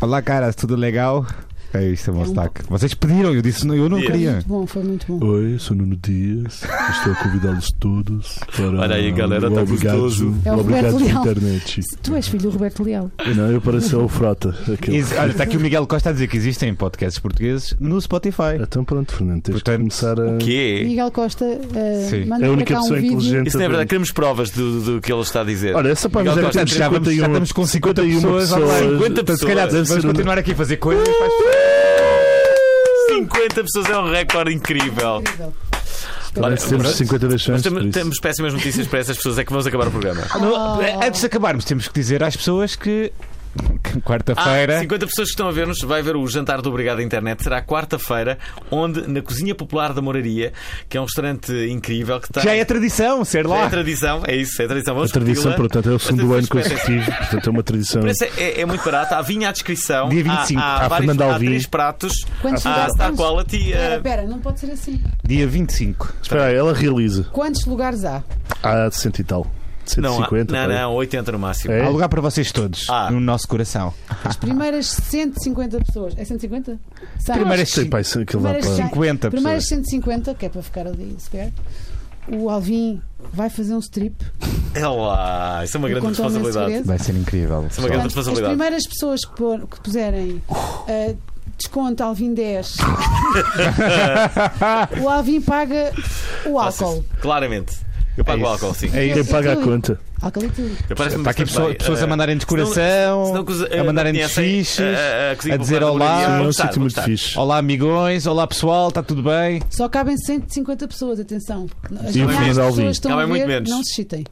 Olá, caras, tudo legal? É isto, é o meu É um sotaque. Vocês pediram, eu disse, não, eu não Yeah. queria. Muito bom, foi muito bom. Oi, sou Nuno Dias. Estou a convidá-los todos para. Olha aí, galera, o tá obrigado, gostoso. É o Obrigado Roberto pela Leal. internet. Tu és filho do Roberto Leal. Não, eu pareço o Frota. Aquele. Ex- Olha, está aqui o Miguel Costa a dizer que existem podcasts portugueses no Spotify. Então pronto, Fernando, tens Portanto, que começar a. Quê? Miguel Costa, eh, Sim. manda É a para única cá um pessoa vídeo. inteligente. Isso é? não é verdade, a- queremos provas do, do que ele está a dizer. Olha, essa página Miguel deve Costa, um ter Já, vamos, já 51 estamos com 50 51 pessoas online. 50 Então, Se calhar pessoas. um- vamos continuar aqui a fazer coisas. faz- 50 pessoas é um recorde incrível. Incrível. Olha, Parece que temos mas- 50 das mas chances. por temos, isso. temos péssimas notícias para essas pessoas, é que vamos acabar o programa. Ah. Não, eh, Antes de acabarmos, temos que dizer às pessoas que, que quarta-feira. Ah, 50 pessoas que estão a ver-nos, vai ver o jantar do Obrigado Internet. Será quarta-feira, onde na Cozinha Popular da Moraria, que é um restaurante incrível que está. já é tradição ser Já é lá. tradição, é isso, é tradição. A Vamos tradição, repeti-la. portanto, é o segundo Bastante ano frequente. consecutivo. Portanto, é uma tradição. O preço é- é, é muito barato, há vinho à descrição, Dia há- 25, há, há vários, Fernando há Alvim. três pratos, Quantos há lugares? Star Quality. Espera, eh, espera, não pode ser assim. Dia 25. Espera aí, ela realiza. Quantos lugares há? Há 60 e tal. Não, 150. não, pá. não, 80 no máximo. É? Há lugar para vocês todos Ah. no nosso coração. As primeiras 150 pessoas. É 150? Cem? Primeiras Sei, pá, isso- é aquilo dá Primeiras para- cem. 50 Primeiras pessoas. 150, que é para ficar ali, espera. O Alvin vai fazer um strip. É lá, isso é uma Eu grande conto-me esse responsabilidade. segredo. Vai ser é incrível. uma grande Portanto, as responsabilidade. primeiras pessoas que, pôr- que puserem eh, desconto Alvin 10, o Alvin paga o Faço álcool. isso, Claramente. Eu pago o isso. álcool, sim. É isso. Quem paga a Sim. conta? Álcool e tudo. Eu parece-me Está aqui bastante pessoa- bem. pessoas a Eh, mandarem se não descoração, coisa- eh, a mandarem não conhecem, desfiches, eh, eh, cozinha a dizer popular da Moraria. olá. Ah, Sim, é Vou um gostar, sítio vou muito gostar. fixe. Olá, amigões, olá pessoal, está tudo bem? Só cabem 150 pessoas, atenção. As E o milhares de Fernando Alvim? pessoas estão Cabem a ver, muito menos. não se excitem.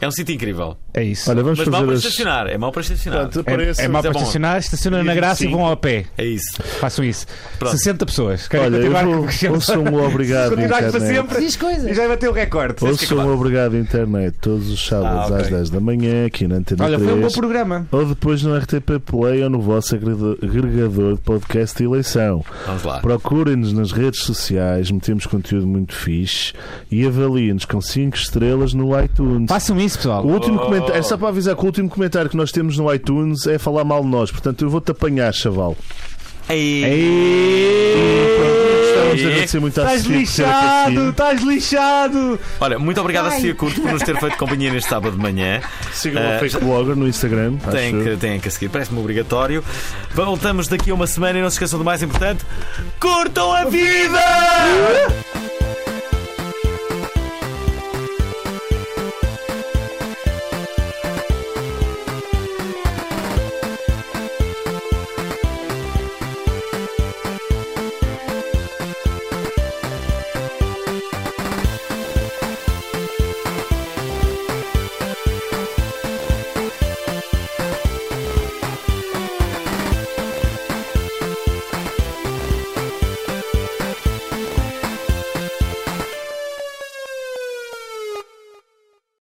É um sítio incrível. É isso. Olha, vamos Mas mal para fazer as. estacionar, é mal para estacionar. Pronto, É, parece- é mau mas é para bom. estacionar, estacionam na graça e vão ao pé. É isso. Façam isso. Pronto. 60 pessoas. Querem Olha, eu continuar com- vou. Ouçam um obrigado. Continuar para internet. sempre Diz coisas. e já vai ter o recorde. Ouçam um obrigado internet todos os sábados Ah, ok. às 10 da manhã aqui na Antena Olha, 3. foi um bom programa. Ou depois no RTP Play ou no vosso agrega- agregador de podcast de eleição. Vamos lá. Procurem-nos nas redes sociais, metemos conteúdo muito fixe e avaliem-nos com 5 estrelas no iTunes. Façam isso, pessoal. O último Oh. comentário, é só para avisar que o último comentário que nós temos no iTunes é falar mal de nós, portanto eu vou-te apanhar, chaval. Ei, Gostávamos de E- agradecer muito à Estás Sofia por ter aparecido. lixado, estás lixado. Olha, muito obrigado a Ai. Sofia Curto por nos ter feito companhia neste sábado de manhã. Sigam Eh, a Fake Blogger no Instagram. acho Tem eu. que, tem que seguir, parece-me obrigatório. Voltamos daqui a uma semana e não se esqueçam do mais importante: curtam a vida!